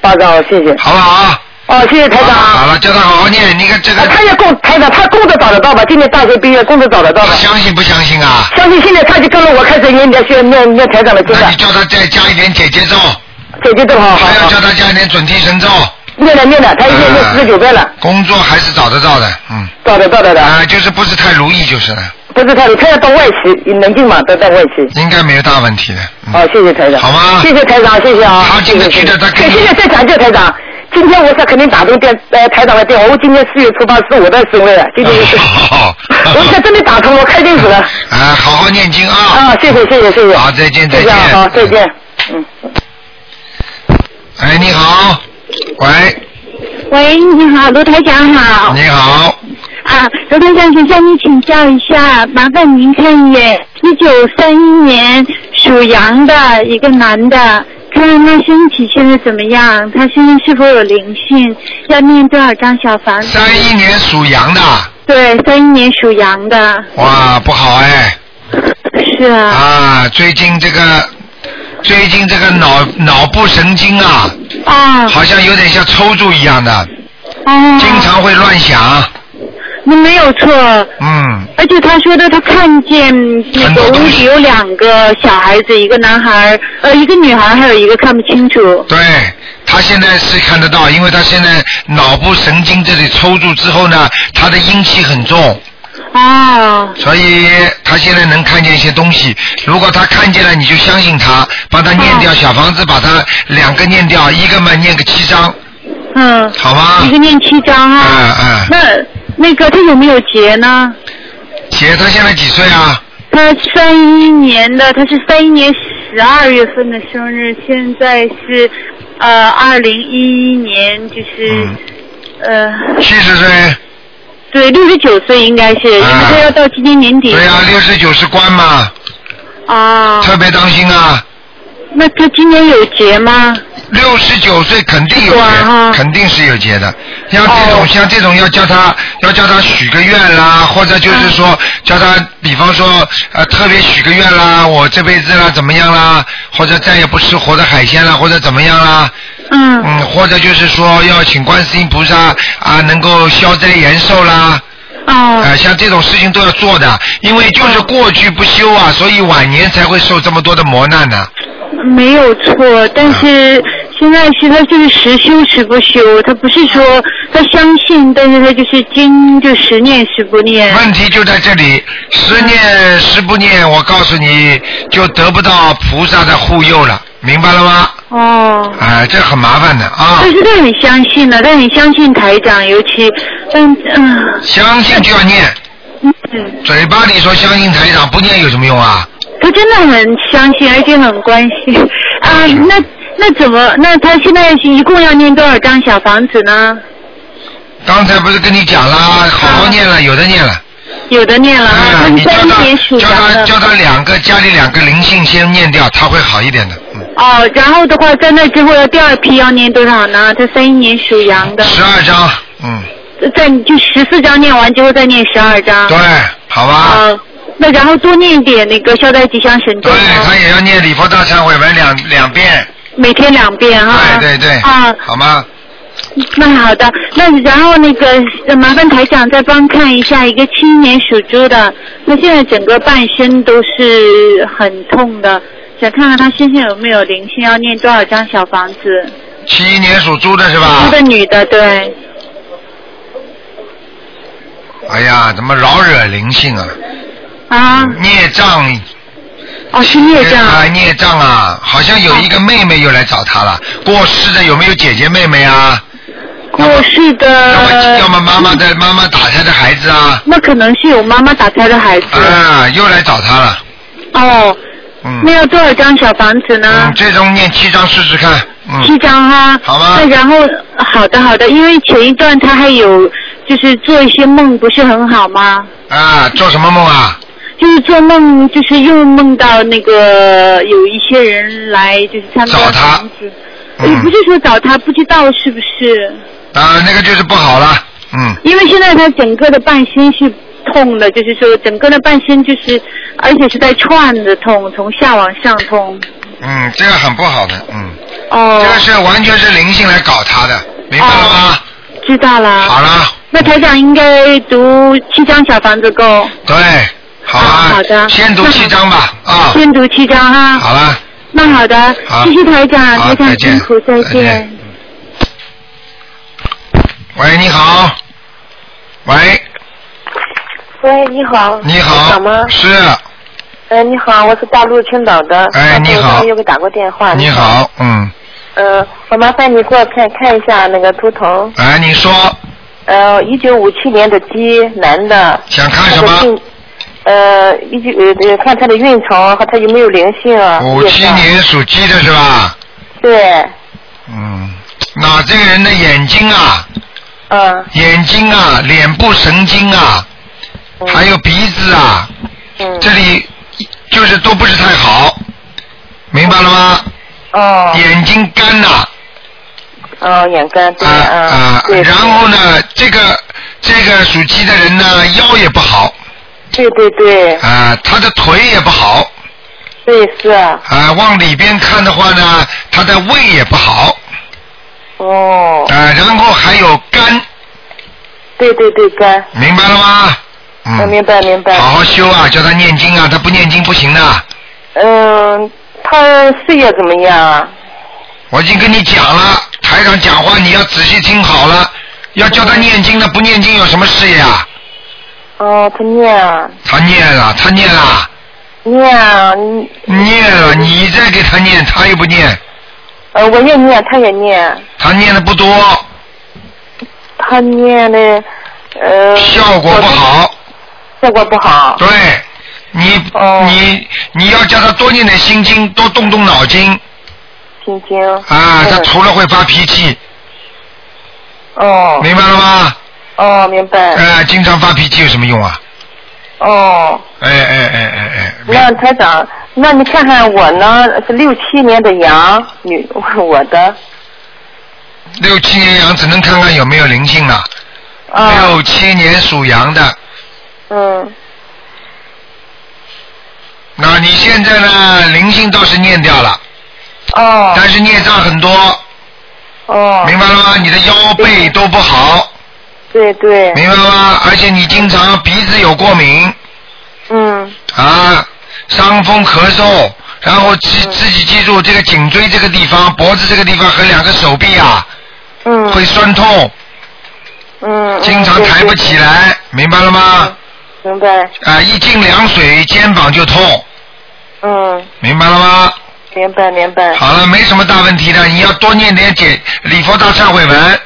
S10: 八张，谢谢。
S1: 好不好啊？
S10: 哦，谢谢台长。
S1: 好了，叫他好好念。你看这个
S10: 啊，，他也工台长，他工作找得到吧？今年大学毕业，工作找得到吧
S1: 你？相信不相信啊？
S10: 相信现在他就跟着我开始念念学念念台长的经
S1: 那
S10: 了
S1: 你，叫他再加一点姐姐咒，
S10: 姐姐正好好
S1: 还要
S10: 好
S1: 叫他加一点准提神咒。
S10: 念了念了，他已
S1: 哎
S10: 经念四十九遍了，
S1: 工作还是找得到的，嗯，
S10: 找得到的的，
S1: 啊、就是不是太如意就是了，
S10: 不是太他要到外企，能进吗？到到外企。
S1: 应该没有大问题的。嗯、
S10: 哦，谢谢台长。
S1: 好吗
S10: 谢谢台长，谢谢啊。
S1: 好进得去的他给你
S10: 谢谢现在再讲这台长。今天我是肯定打通电呃台长的电话，我今年四月初八是我的生日，今
S1: 嗯
S10: 天是，
S1: 好
S10: 我现在真的打通了，我开心死了。
S1: 啊，好 好念经啊！
S10: 啊，谢谢谢谢谢谢。
S1: 好再见
S10: 谢谢啊
S1: 再见
S10: 好，再见。嗯。
S1: 哎，你好，喂，
S5: 喂，你好，卢台长好。
S1: 你好，
S5: 啊，卢台长，想向您请教一下，麻烦您看一眼，一九三一年属羊的一个男的，看看他身体现在怎么样，他身上是否有灵性，要念多少张小房子？
S1: 三一年属羊的，
S5: 对，三一年属羊的，
S1: 哇，不好哎，
S5: 是啊，
S1: 啊，最近这个，最近这个脑脑部神经啊，
S5: 啊，
S1: 好像有点像抽搐一样的，
S5: 哦，
S1: 经常会乱想，
S5: 那没有错，
S1: 嗯，
S5: 而且他说的，他看见那
S1: 很多
S5: 个
S1: 东
S5: 屋
S1: 西
S5: 里有两个小孩子，一个男孩，呃，一个女孩，还有一个看不清楚。
S1: 对他现在是看得到，因为他现在脑部神经这里抽搐之后呢，他的阴气很重，
S5: 哦，
S1: 所以他现在能看见一些东西。如果他看见了，你就相信他，帮他念掉小房子，把他两个念掉，一个嘛念个七张，
S5: 嗯，
S1: 好吗
S5: 一？个念七章
S1: 嗯
S5: 啊。
S1: 嗯，
S5: 那那个他有没有结呢？
S1: 姐，他现在几岁啊？
S5: 他三一年的，他是三一年十二月份的生日，现在是呃二零一一年，就是、
S1: 嗯，
S5: 呃
S1: 七十岁。
S5: 对六十九岁应该是，因为
S1: 啊
S5: 他要到今年年底
S1: 对啊，六十哦九是关嘛，
S5: 啊。
S1: 特别当心啊。
S5: 那他今年有结吗？
S1: 六十九岁肯定有
S5: 哇
S1: 劫，
S5: 啊哈
S1: 肯定是有劫的。像这种，
S5: 哦
S1: 像这种要叫他要叫他许个愿啦，或者就是
S5: 嗯
S1: 说叫他，比方说呃特别许个愿啦，我这辈子啦怎么样啦，或者再也不吃活的海鲜啦，或者怎么样啦，
S5: 嗯
S1: 嗯，或者就是说要请观世音菩萨啊能够消灾延寿啦，
S5: 哦
S1: 呃像这种事情都要做的，因为
S5: 嗯
S1: 就是过去不修啊，所以晚年才会受这么多的磨难呢、
S5: 没有错，但
S1: 啊
S5: 是现在是他就是实修实不修，他不是说他相信，但是他就是经就实念实不念。
S1: 问题就在这里，十念十不念，我告诉你就得不到菩萨的护佑了，明白了吗？
S5: 哦，
S1: 啊、这很麻烦的啊
S5: 但，是他很相信呢，他很相信台长，尤其，但嗯
S1: 相信就要念，
S5: 嗯，
S1: 嘴巴里说相信台长，不念有什么用啊？
S5: 他真的很相信，而且很关心啊。
S1: 嗯
S5: 那那怎么？那他现在一共要念多少张小房子呢？
S1: 刚才不是跟你讲了，好好念
S5: 嗯
S1: 了，有的念了。
S5: 有的念了
S1: 哎
S5: 啊
S1: 呀，
S5: 他
S1: 你
S5: 是
S1: 叫
S5: 三一年
S1: 他
S5: 属
S1: 叫
S5: 羊
S1: 他
S5: 的。
S1: 叫他两个家里两个灵性先念掉，他会好一点的。嗯，
S5: 哦，然后的话，在那之后要第二批要念多少呢？他三一年属羊的，
S1: 十二章，嗯，
S5: 在就十四章念完之后再念十二章。
S1: 对，好吧。
S5: 啊，那然后多念一点那个消灾吉祥神咒
S1: 对
S5: 啊，
S1: 他也要念礼佛大忏悔文两两遍，哎
S5: 每天两遍啊。
S1: 对对对，
S5: 啊，
S1: 好吗？
S5: 那好的，那然后那个呃麻烦台长再帮看一下一个七一年属猪的，他现在整个半身都是很痛的，想看看他身上有没有灵性，要念多少张小房子？
S1: 七一年属猪的是吧
S5: 一？个女的，对。
S1: 哎呀，怎么老惹灵性啊？
S5: 啊，
S1: 孽障，
S5: 哦，是孽障。
S1: 啊，孽障啊！好像有一个妹妹又来找他了，过世的有没有姐姐妹妹啊？
S5: 过世哦的
S1: 要么要么妈妈的妈妈打胎的孩子啊？
S5: 那可能是有妈妈打胎的孩子。
S1: 啊，又来找他了，
S5: 哦，那
S1: 嗯，
S5: 要多少张小房子呢
S1: 嗯，？这种念七张试试看，
S5: 七
S1: 嗯，
S5: 张哈、
S1: 好吧
S5: 那然后，好的好的，因为前一段他还有就是做一些梦不是很好吗？
S1: 啊，做什么梦啊？
S5: 就是做梦，就是又梦到那个有一些人来就是参观
S1: 找他
S5: 哎房子，也不
S1: 嗯
S5: 是，说找他，不知道是不是？
S1: 啊，那个就是不好了，嗯
S11: 因为现在他整个的半身是痛的，就是说整个的半身就是，而且是在串着痛，从下往上痛。
S1: 嗯，这个很不好的，嗯，
S11: 哦
S1: 这，个是完全是灵性来搞他的，明白了吗？
S11: 知道
S5: 啊
S11: 了。
S1: 好了，
S11: 那台长应该读七张小房子够。
S1: 对，好啊，
S11: 好的
S1: 先读七章吧，啊，
S11: 先读七张哈。
S1: 好了，
S11: 那好的，
S1: 好
S11: 谢谢台长，
S1: 好
S11: 台
S1: 再
S11: 长
S1: 见
S11: 辛苦，再
S1: 再见。喂，你好，喂，
S5: 喂，你好。
S1: 你好
S5: 台长吗？
S1: 是，
S5: 呃，你好，我是大陆青岛的。
S1: 哎你好
S5: 上次我又给打过电话。
S1: 你。好，嗯，
S5: 呃，我麻烦你给我看看一下那个图腾。
S1: 哎，你说
S5: 呃，一九五七年的鸡，男的。
S1: 想看什
S5: 他的
S1: 么？
S5: 运呃，一九呃，看他的运程和他有没有灵性啊？
S1: 五七
S5: 业障。
S1: 年属鸡的是吧？
S5: 对，
S1: 嗯，那这个人的眼睛啊，
S5: 嗯
S1: 眼睛啊，脸部神经啊，
S11: 嗯
S1: 还有鼻子啊，
S5: 嗯。
S1: 这里就是都不是太好，明白了吗？
S5: 哦
S1: 眼睛干呐、
S5: 哦，眼干对
S1: 啊啊
S5: 嗯，对。
S1: 然后？呢，这个这个属鸡的人呢，腰也不好
S5: 对对对
S1: 啊，他的腿也不好
S5: 对是啊
S1: 啊，往里边看的话呢，他的胃也不好
S5: 哦
S1: 啊，，然后还有肝，
S5: 对对对干，
S1: 明白了吗？
S5: 我
S1: 嗯，
S5: 明白明白。
S1: 好好修啊，叫他念经啊，他不念经不行的。
S5: 嗯，他事业怎么样啊？
S1: 我已经跟你讲了，台长讲话你要仔细听好了，要叫他念经的，不念经有什么事业啊？
S5: 哦，他念啊，
S1: 他念了，他念了，
S5: 念啊，嗯
S1: 念了，你再给他念，他又不念，
S5: 呃，我也念，他也念，
S1: 他念的不多，
S5: 他念的，呃，
S1: 效果不，好。
S5: 效果不好。
S1: 对，你、
S5: 哦
S1: 你你要叫他多念点心经，多动动脑筋
S5: 心经。
S1: 啊，他
S5: 嗯
S1: 除了会发脾气，
S5: 哦
S1: 明白了吗？
S5: 哦，明白。
S1: 呃，经常发脾气有什么用啊？
S5: 哦，
S1: 哎哎哎哎哎，明
S5: 那台长，那你看看我呢，是六七年的羊女， 我的
S1: 六七年羊只能看看有没有灵性了。
S5: 啊，
S1: 六七年属羊的，
S5: 嗯，
S1: 那你现在呢？灵性倒是念掉了，
S5: 哦
S1: 但是孽障很多，
S5: 哦，
S1: 明白了吗？你的腰背都不好，
S5: 对对，
S1: 明白了吗？而且你经常鼻子有过敏
S5: 嗯
S1: 啊，伤风咳嗽，然后记
S5: 嗯
S1: 自己记住这个颈椎这个地方、脖子这个地方和两个手臂啊
S5: 嗯
S1: 会酸痛，
S5: 嗯，嗯
S1: 经常抬不起，来，明白了吗？
S5: 对对明白，
S1: 啊，一进凉水肩膀就痛，
S5: 嗯，
S1: 明白了吗？
S5: 明白明白。
S1: 好了，没什么大问题的，你要多念点解礼佛大忏悔文，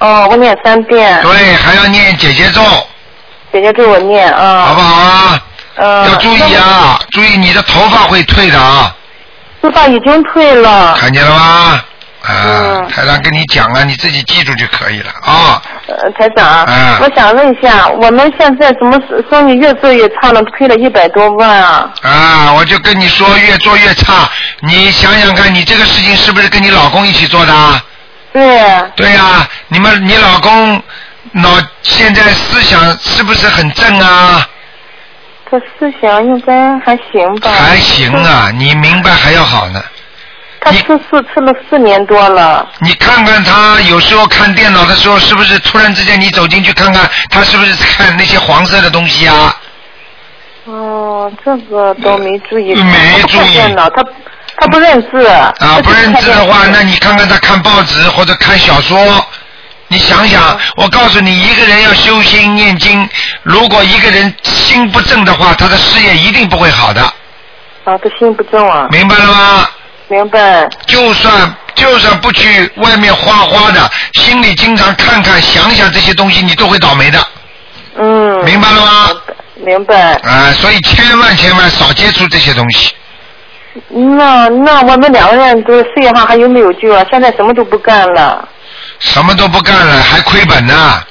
S5: 哦，我念三遍，
S1: 对，还要念姐姐咒，
S5: 嗯姐姐给我念啊。
S1: 好不好啊？
S5: 嗯。
S1: 要注意啊，注意你的头发会退的啊，
S5: 那我！头发已经退了。
S1: 看见了吗？啊，
S5: 嗯
S1: 台长跟你讲了，你自己记住就可以了啊。
S5: 呃，台长，
S1: 嗯
S5: 我想问一下，我们现在怎么生意越做越差了？亏了一百多万啊！
S1: 啊，我就跟你说，越做越差。你想想看，你这个事情是不是跟你老公一起做的啊？
S5: 对，
S1: 对呀、你们你老公脑现在思想是不是很正啊？
S5: 这思想应该还行吧？
S1: 还行啊，你明白还要好呢。
S5: 他
S1: 你
S5: 吃素吃了四年多了。
S1: 你看看他有时候看电脑的时候，是不是突然之间你走进去看看，他是不是看那些黄色的东西啊？
S5: 哦，这个都没注意。
S1: 嗯没注意
S5: 他不看电脑，他他不认字。
S1: 啊，不认字的话，那你看看他看报纸或者看小说，你想想，我告诉你，一个人要修心念经，如果一个人心不正的话，他的事业一定不会好的，
S5: 啊，他心不正啊。
S1: 明白了吗？
S5: 明白。
S1: 就算就算不去外面花花的，心里经常看看想想这些东西，你都会倒霉的，
S5: 嗯。
S1: 明白了吗？
S5: 明白，
S1: 啊，所以千万千万少接触这些东西。
S5: 那那我们两个人这事业上还有没有救啊？现在什么都不干了，
S1: 什么都不干了，还亏本呢！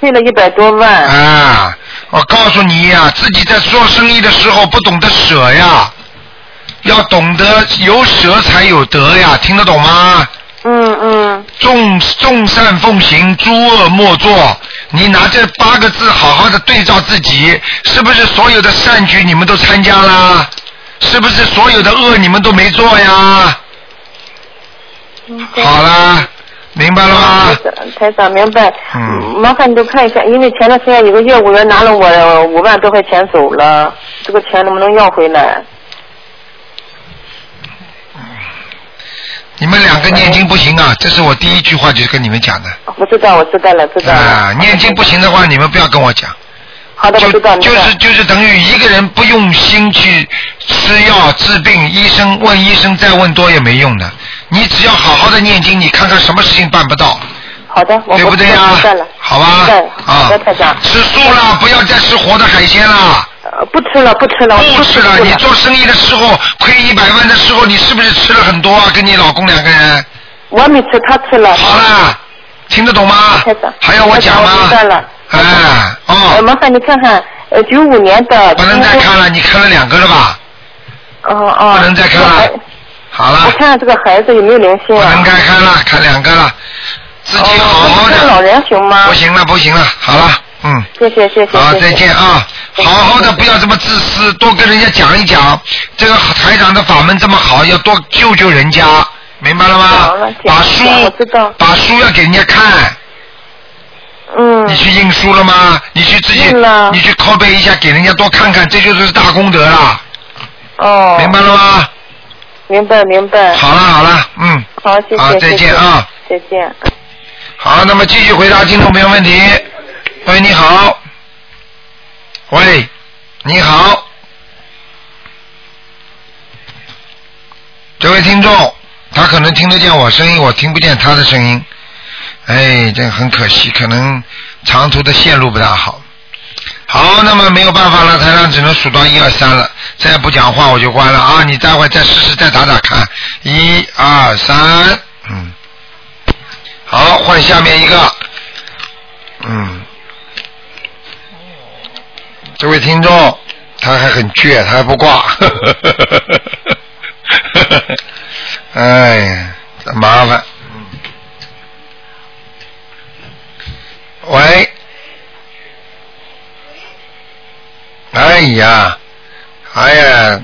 S5: 亏了一百多万。
S1: 啊，我告诉你呀、自己在做生意的时候不懂得舍呀，要懂得有舍才有得呀，听得懂吗？
S5: 嗯嗯，
S1: 众众善奉行，诸恶莫作。你拿这八个字好好的对照自己，是不是所有的善举你们都参加啦？是不是所有的恶你们都没做呀？好啦，明白了吗？
S5: 嗯台长明白。
S1: 嗯，
S5: 麻烦你都看一下，因为前段时间有个业务员拿了我五万多块钱走了，这个钱能不能要回来？
S1: 你们两个念经不行啊，这是我第一句话就是跟你们讲的
S5: 我知道，我知道了，知道了。
S1: 啊。念经不行的话，你们不要跟我讲。
S5: 好的，啊我知道，明
S1: 就
S5: 白
S1: 是就是等于一个人不用心去吃药治病，医生问医生再问多也没用的。你只要好好的念经，你看看什么事情办不到，
S5: 好的，我
S1: 对不对呀、
S5: 我知道了。
S1: 好吧
S5: 知道了，
S1: 啊
S5: 好的，台长。
S1: 吃素了，不要再吃活的海鲜了。
S5: 呃不吃了，不吃了，
S1: 不吃了。你做生意的时候亏一百万的时候，你是不是吃了很多啊？跟你老公两个人。
S5: 我没吃，他吃了。
S1: 好啦，听得懂吗？还要我讲吗？
S5: 我知道了。
S1: 哎，哦。
S5: 麻烦你看看，呃，九五年的。
S1: 不能再看了，你看了两个了吧？
S5: 哦哦。
S1: 不能再看了。好了。
S5: 我看看这个孩子有没有灵性啊？哦
S1: 不能再看了，看两个了，自己好好的。
S5: 老人行吗？
S1: 不行了，不行了，好了，嗯。
S5: 谢谢谢谢。
S1: 好，
S5: 谢谢
S1: 再见啊！好好的，不要这么自私，多跟人家讲一讲。这个台长的法门这么好，要多救救人家，明白了吗？把书，把书要给人家看。
S5: 嗯。
S1: 你去印书了吗？你去自己，你去拷贝一下，给人家多看看，这就是大功德了。
S5: 哦。
S1: 明白了吗？
S5: 明白明白。
S1: 好了好了，嗯，
S5: 好，谢谢。
S1: 好再
S5: 谢谢
S1: 见啊。
S5: 再见。
S1: 好，那么继续回答听众朋友问题。喂，你好。喂，你好。这位听众，他可能听得见我声音，我听不见他的声音。哎，这很可惜，可能长途的线路不大好。好，那么没有办法了，台上只能数到一二三了，再不讲话我就关了啊！你待会再试试，再打打看，一二三，嗯，好，换下面一个，嗯，这位听众他还很倔，他还不挂， 哎呀，真麻烦，嗯，喂。哎呀，哎呀，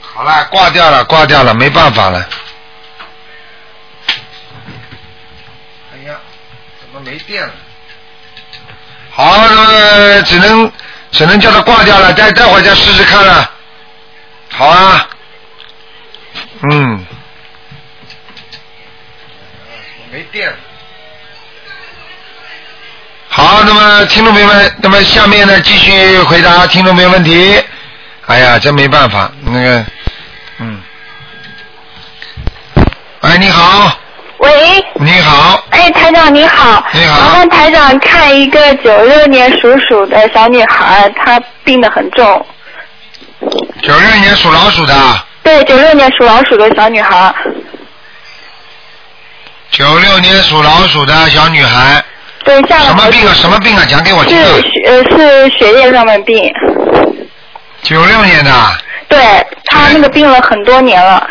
S1: 好了，挂掉了，挂掉了，没办法了。哎呀，怎么没电了？好，那么只能只能叫他挂掉了，待待会儿再试试看了。好啊，嗯。没电了。好，那么听众朋友们，那么下面呢，继续回答听众朋友问题。哎呀，真没办法，那个，嗯。哎，你好，
S2: 喂，
S1: 你好，
S2: 哎，台长你好，
S1: 你好
S2: 麻烦台长看一个九六年属鼠的小女孩，她病得很重。
S1: 九六年属老鼠的，
S2: 对，九六年属老鼠的小女孩，
S1: 九六年属老鼠的小女孩，
S2: 对，下
S1: 什么病啊？什么病啊？讲给我
S2: 是
S1: 听啊。
S2: 血呃是血液上面病，
S1: 九六年的啊，
S2: 对她那个病了很多年了，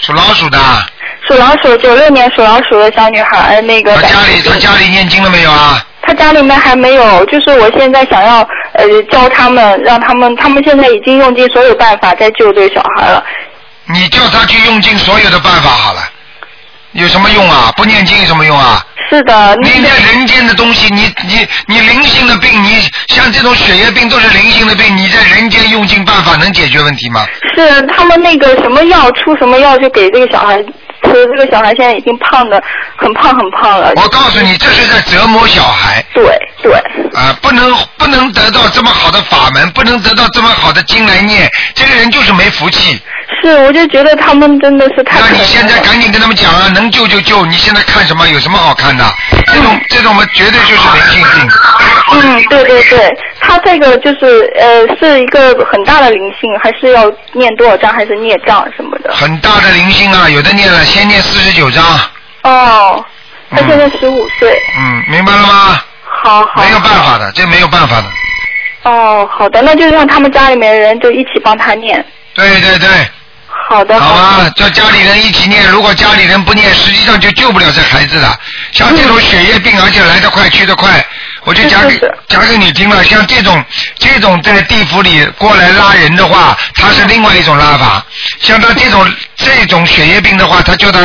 S1: 属老鼠的啊，
S2: 属老鼠，九六年属老鼠的小女孩，那个
S1: 家里她家里念经了没有啊？
S2: 他家里面还没有，就是我现在想要呃教他们，让他们，他们现在已经用尽所有办法在救这个小孩了。
S1: 你叫他去用尽所有的办法好了，有什么用啊？不念经有什么用啊？
S2: 是的，
S1: 你在人间的东西，你你你灵性的病，你像这种血液病都是灵性的病，你在人间用尽办法能解决问题吗？
S2: 是他们那个什么药出什么药就给这个小孩吃，这个小孩现在已经胖的很胖很胖了。
S1: 我告诉你，这是在折磨小孩。
S2: 对对。
S1: 啊，不能不能得到这么好的法门，不能得到这么好的经来念，这个人就是没福气。
S2: 是，我就觉得他们真的是太
S1: 那你现在赶紧跟他们讲啊，能救就救，你现在看什么？有什么好看的？这种这种嘛，绝对就是灵性病。
S2: 嗯，对对对，他这个就是呃是一个很大的灵性，还是要念多少章，还是孽障什么的？
S1: 很大的灵性啊，有的念了，先念四十九章，
S2: 哦，他现在十五岁，
S1: 嗯，明白了吗？
S2: 好好。
S1: 没有办法的，这没有办法的，
S4: 哦，好的，那就让他们家里面的人就一起帮他念。
S1: 对对对，
S4: 好的，
S1: 好
S2: 啊
S1: 吧，叫家里人一起念。如果家里人不念，实际上就救不了这孩子的。像这种血液病，而且来得快去得快，我就讲给讲给你听了。像这种这种在地府里过来拉人的话，他是另外一种拉法。像他这种这种血液病的话，他就他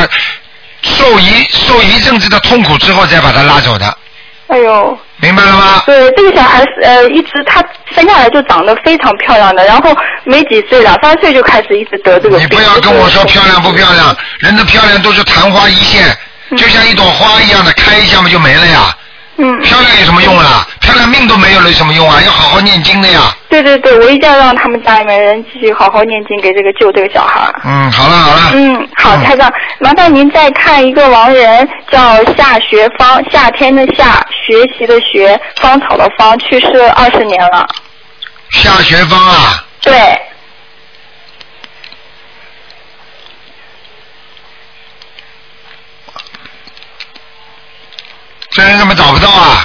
S1: 受一受一阵子的痛苦之后，再把他拉走的。
S4: 哎呦。
S1: 明白了吗？
S4: 对，这个小孩是呃，一直他生下来就长得非常漂亮的，然后没几岁，两三岁就开始一直得这个病。
S1: 不要跟我说漂亮不漂亮，人的漂亮都是昙花一现，就像一朵花一样的，开一下嘛就没了呀。
S4: 嗯。
S1: 漂亮有什么用啊？漂亮命都没有了，有什么用啊？要好好念经的呀。
S4: 对对对，我一定要让他们家里面人继续好好念经，给这个救这个小孩。
S1: 嗯，好了好了。
S4: 嗯，好，台长，麻烦您再看一个亡人，叫夏学芳，夏天的夏，学习的学，芳草的芳，去世二十年了。
S1: 夏学芳啊，
S4: 对，
S1: 这人怎么找不到啊？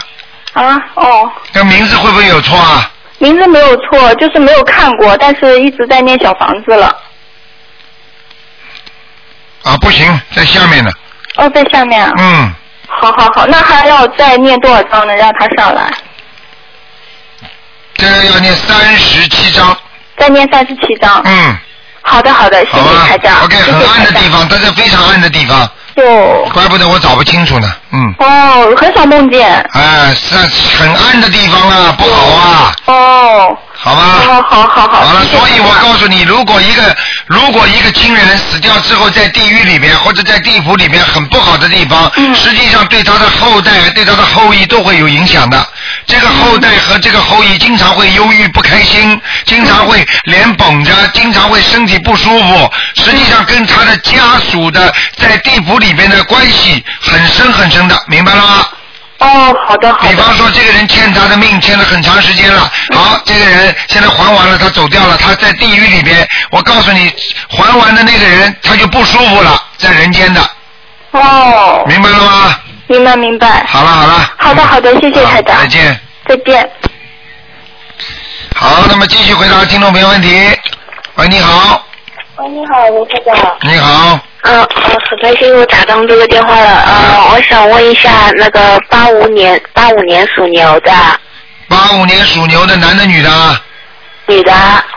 S4: 啊，哦，
S1: 这名字会不会有错啊？
S4: 名字没有错，就是没有看过，但是一直在念小房子了。
S1: 啊，不行，在下面呢。
S4: 哦，在下面啊。
S1: 嗯，
S4: 好好好，那还要再念多少章呢？让他上来，
S1: 这个要念三十七章。
S4: 再念三十七章。
S1: 嗯。啊
S4: 好的好的，谢谢台长。
S1: OK，很暗的地方，它在非常暗的地方。
S4: 哟。
S1: 怪不得我找不清楚呢。嗯。
S4: 哦，很少梦见。
S1: 哎，是啊很暗的地方啊，不好啊。
S4: 哦。
S1: 好吧。
S4: 好好好好。
S1: 好了，所以我告诉你，如果一个如果一个亲人死掉之后，在地狱里面或者在地府里面很不好的地方，实际上对他的后代、对他的后裔都会有影响的。这个后代和这个后裔经常会忧郁不开心，经常会脸绷着，经常会身体不舒服，实际上跟他的家属的在地府里面的关系很深很深的，明白了吗？
S4: 哦，好的，
S1: 好的。比方说，这个人欠他的命欠了很长时间了，
S4: 嗯
S1: 好，这个人现在还完了，他走掉了，他在地狱里边，我告诉你，还完的那个人他就不舒服了，在人间的，
S4: 哦。
S1: 明白了吗？
S4: 明白明白。
S1: 好了好了，啊
S4: 好的好的，谢谢台长。
S1: 再见。
S4: 再见。
S1: 好，那么继续回答听众朋友问题。喂，你好，
S5: 喂，你好，卢科长。
S1: 你好，
S5: 嗯，呃很开心我打通这个电话了。呃，我想问一下，那个八五年八五年属牛的
S1: 八五年属牛的男的女的啊？
S5: 女的，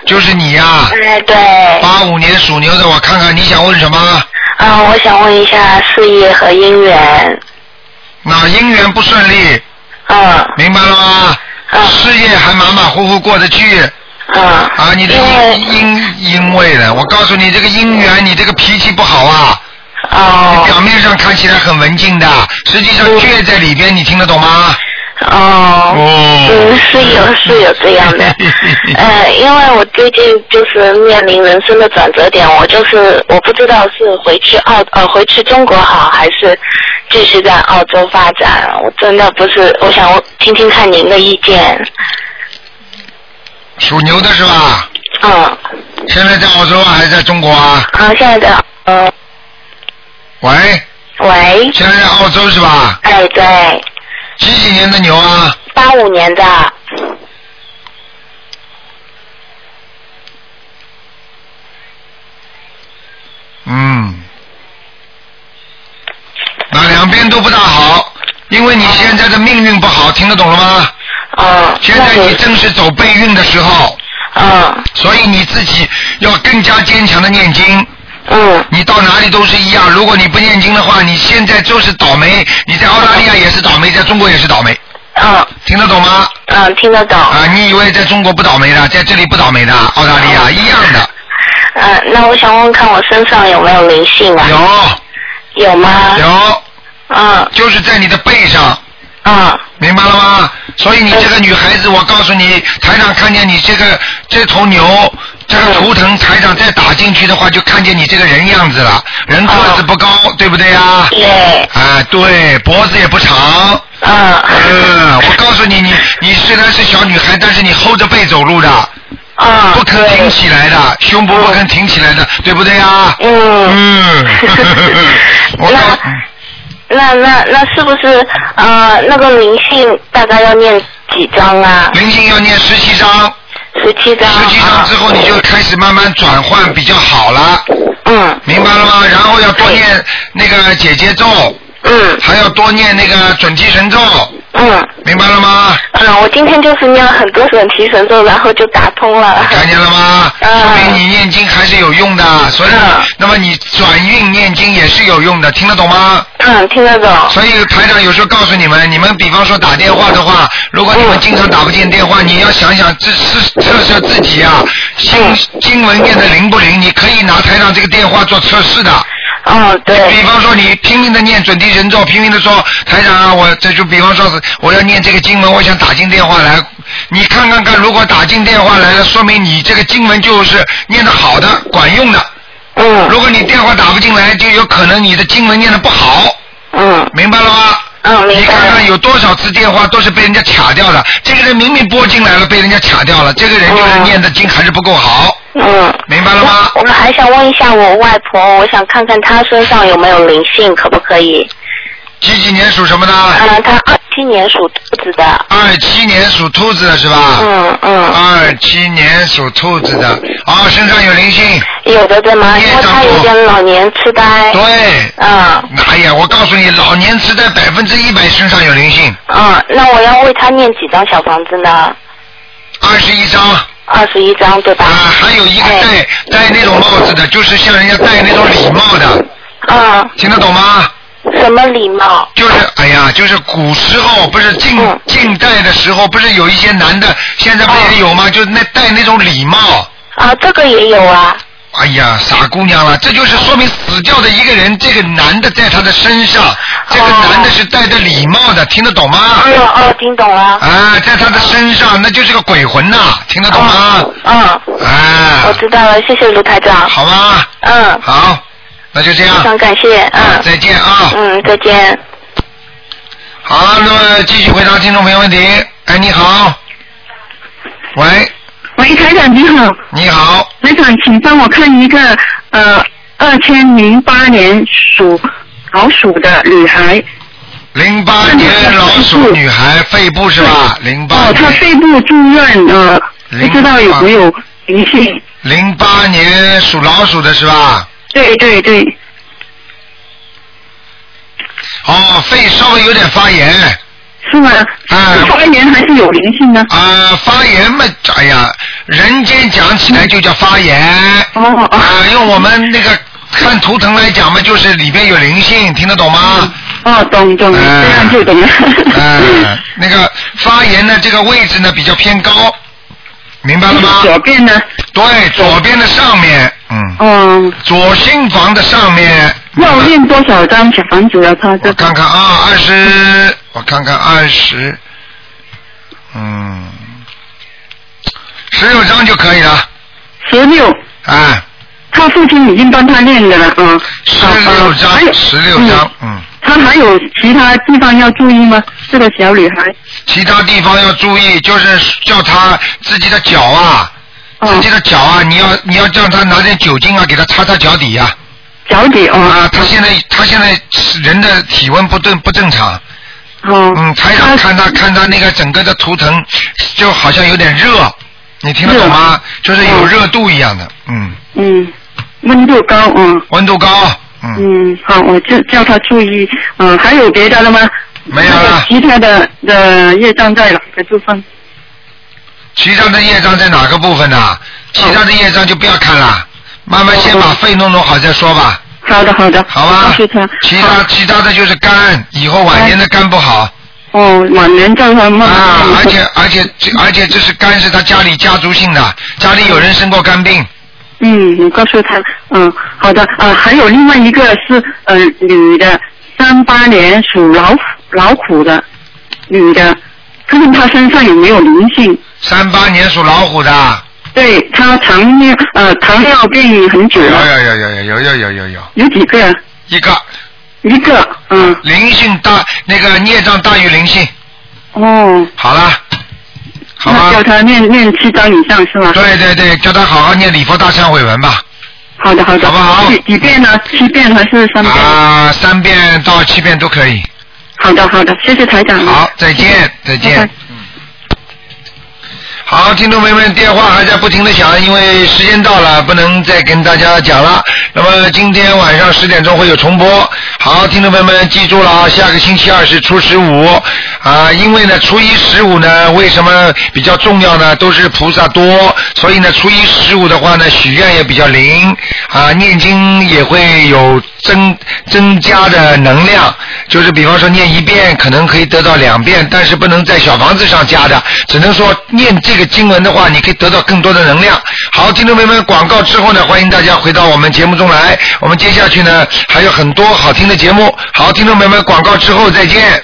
S1: 就是你呀、
S4: 嗯
S5: 哎、对。
S1: 八五年属牛的，我看看你想问什么？
S5: 嗯，我想问一下事业和姻缘。
S1: 那姻缘不顺利。
S5: 嗯。
S1: 明白了吗？
S4: 嗯
S1: 事业还马马虎虎过得去。
S5: 啊。
S1: 啊，你的因因因为呢，我告诉你，这个姻缘，你这个脾气不好啊。
S5: 哦。嗯
S1: 你表面上看起来很文静的，实际上倔在里边，你听得懂吗？
S5: 哦，嗯，是有是有这样 的，呃，因为我最近就是面临人生的转折点，我就是我不知道是回去澳呃回去中国好，还是继续在澳洲发展，我真的不是，我想听听看您的意见。
S1: 属牛的是吧？
S5: 嗯。
S1: 现在在澳洲啊还是在中国啊？
S5: 啊，现在的呃，
S1: 喂。
S5: 喂。
S1: 现在在澳洲是吧？
S5: 哎，对，
S1: 几几年的牛啊？
S5: 八五年的，
S1: 嗯，那两边都不大好，因为你现在的命运不好，听得懂了吗？
S5: 啊。
S1: 现在你正是走背运的时候。
S5: 啊。
S1: 所以你自己要更加坚强的念经。
S5: 嗯。
S1: 你到哪里都是一样，如果你不念经的话，你现在就是倒霉，你在澳大利亚也是倒霉，在中国也是倒霉。
S5: 嗯。
S1: 听得懂吗？
S5: 嗯，听得懂。
S1: 啊，你以为在中国不倒霉的，在这里不倒霉的，澳大利亚一样的。
S5: 呃，那我想问看我身上有没有灵性啊？有。有吗？
S1: 有。
S5: 嗯。
S1: 就是在你的背上。
S5: 嗯。
S1: 明白了吗？所以你这个女孩子，我告诉你，台长看见你这个这头牛，这个图腾，台长再打进去的话，就看见你这个人样子了，人个子不高，对不对呀？
S5: 对。
S1: 啊，对，脖子也不长。
S3: 啊
S5: 嗯。
S1: 嗯，我告诉你，你你虽然是小女孩，但是你后着背走路的。
S5: 啊，
S1: 不肯挺起来的，胸部不肯挺起来的，对不对呀？
S5: 嗯
S1: 嗯， 我告
S5: 那那那是不是呃那个灵性大概要念啊
S3: 几张啊？
S1: 灵性要念十七章。
S3: 十七章。
S1: 十七章之后你就开始慢慢转换比较好了。
S3: 嗯。
S1: 明白了吗？然后要多念那个姐姐咒。
S3: 嗯。
S1: 还要多念那个准提神咒。
S3: 嗯。
S1: 明白了吗？
S3: 嗯，我今天就是念了很多准提神咒，然后就打通了。
S1: 看见了吗？说明你念经还是有用的，所以、那么你转运念经也是有用的，听得懂吗？
S3: 嗯，听得懂。
S1: 所以台长有时候告诉你们，你们比方说打电话的话，如果你们经常打不进电话，你要想想这是测试自己啊，经经文念的灵不灵？你可以拿台长这个电话做测试的。
S3: 嗯，对。
S1: 比方说你拼命的念准提神咒，拼命的说台长啊，我这就比方说是我要念这个经文，我想打进电话来，你看看看，如果打进电话来了，说明你这个经文就是念的好的，管用的。
S3: 嗯。
S1: 如果你电话打不进来，就有可能你的经文念的不好。
S3: 嗯。
S1: 明白了吗？
S3: 嗯，
S1: 你看看有多少次电话都是被人家卡掉的，这个人明明拨进来了，被人家卡掉了，这个人就是念的经还是不够好。
S3: 嗯，
S1: 明白了吗？
S3: 我还想问一下我外婆，我想看看她身上有没有灵性，可不可以？
S1: 几几年属什么呢？
S3: 嗯，她二七年属兔子的。
S1: 二七年属兔子的是吧？
S3: 嗯嗯。
S1: 二七年属兔子的，啊，身上有灵性。
S3: 有的对吗？因为她有点老年痴呆。
S1: 对。
S3: 嗯
S1: 哎呀，我告诉你，老年痴呆百分之一百身上有灵性，
S3: 嗯，那我要为她念几张小房子呢？
S1: 二十一张。
S3: 二十一张对吧？啊，
S1: 还有一个戴戴那种帽子的，就是像人家戴那种礼帽的。
S3: 嗯。
S1: 听得懂吗？
S3: 什么礼貌？
S1: 就是哎呀，就是古时候不是近、近代的时候，不是有一些男的，现在不也有吗？就那戴那种礼帽。
S3: 啊，这个也有啊。
S1: 哎呀，傻姑娘
S5: 哦
S1: 了，这就是说明死掉的一个人，这个男的在他的身上，这个男的是戴着礼帽的，听得懂吗？
S5: 哎
S3: 嗯哦，听懂了。
S1: 啊，在他的身上，那就是个鬼魂呐、听得懂吗？
S5: 哦
S3: 嗯。
S1: 啊。
S3: 我知道了，谢谢卢台长。
S1: 好吗？
S3: 嗯。
S1: 好，那就这样
S3: 非。常感谢，嗯。
S1: 啊再见啊。
S3: 嗯，再见。
S1: 好，那么继续回答听众朋友问题。哎，你好。喂，
S5: 喂，台长你好，
S1: 你好，
S5: 台长，请帮我看一个呃，二千零八年属老鼠的女孩，
S1: 零八
S5: 哎
S1: 年老鼠女孩肺部是吧？零八
S5: 哦，她肺部住院呃，不知道有没有灵性？
S1: 零八年属老鼠的是吧？
S5: 对对对，
S1: 哦，肺稍微有点发炎。
S5: 是吗？
S1: 啊、
S5: 发炎还是有灵性呢？
S1: 啊、发炎嘛，哎呀，人间讲起来就叫发炎。
S5: 哦
S1: 啊、用我们那个看图腾来讲嘛，就是里边有灵性，听得懂吗？
S5: 哦，懂懂，这样就懂了。
S1: 呃，那个发炎的这个位置呢比较偏高，明白了吗？
S5: 左边呢？
S1: 对，左边的上面，嗯，
S5: 嗯，
S1: 左心房的上面。
S5: 要练多少张小房子了？她这
S1: 看看啊，二十，我看看二十，嗯，十六张就可以了。
S5: 十六。
S1: 啊。
S5: 她父亲已经帮她练了呃了，嗯。
S1: 十六张，十六
S5: 哎
S1: 张，嗯，
S5: 她还有其他地方要注意吗？这个小女孩。
S1: 其他地方要注意，就是叫他自己的脚啊，
S5: 哦
S1: 自己的脚啊，你要你要叫他拿点酒精啊，给他擦擦脚底呀、
S5: 脚底哦。
S1: 啊，他现在他现在人的体温不正不正常。
S5: 哦。
S1: 嗯，台长看他看他那个整个的图腾，就好像有点热，你听得懂吗？就是有热度一样的，嗯。
S5: 嗯，温度高，嗯。
S1: 温度高。嗯。
S5: 好，我就叫她注意。嗯，还有别的了吗？
S1: 没有了。
S5: 其他的的业障在哪个地方？
S1: 其他的业障在哪个部分呢、其他的业障就不要看了，慢慢先把肺弄弄好再说吧。
S5: 好的，好的。
S1: 好吧。其他其他的就是肝，以后晚年的肝不好。
S5: 哦，晚年叫她慢
S1: 啊，而且而且这而且这是肝是他家里家族性的，家里有人生过肝病。
S5: 嗯，你告诉他，嗯，好的，呃，还有另外一个是呃女的，三八年属老虎老虎的女的，看看她身上有没有灵性。
S1: 三八年属老虎的。
S5: 对，她糖尿呃糖尿病很久
S1: 有
S5: 了，
S1: 有有有有有有有有有。
S5: 有几个？
S1: 一个。
S5: 一个，嗯。
S1: 灵性大，那个孽障大于灵性，
S5: 哦，
S1: 好了，好
S5: 那
S1: 吧。
S5: 叫她念念七张以上是吗？
S1: 对对对，叫他好好念礼佛大忏悔文吧，
S5: 好的好的，
S1: 好不好
S5: 几几遍呢？七遍还是三遍？
S1: 啊、三遍到七遍都可以。
S5: 好的好的，谢谢台长。嗯
S1: 好，再见，再
S5: 拜
S1: 见
S5: 拜。
S1: 嗯好，听众朋友们，电话还在不停的响，因为时间到了，不能再跟大家讲了。那么今天晚上十点钟会有重播。好，听众朋友们，记住了啊，下个星期二是初十五啊，因为呢，初一十五呢，为什么比较重要呢？都是菩萨多，所以呢，初一十五的话呢，许愿也比较灵啊，念经也会有增增加的能量。就是比方说念一遍，可能可以得到两遍，但是不能在小房子上加的，只能说念这个经文的话，你可以得到更多的能量。好，听众朋友们，广告之后呢，欢迎大家回到我们节目中来。我们接下去呢还有很多好听的节目。好，听众朋友们，广告之后再见。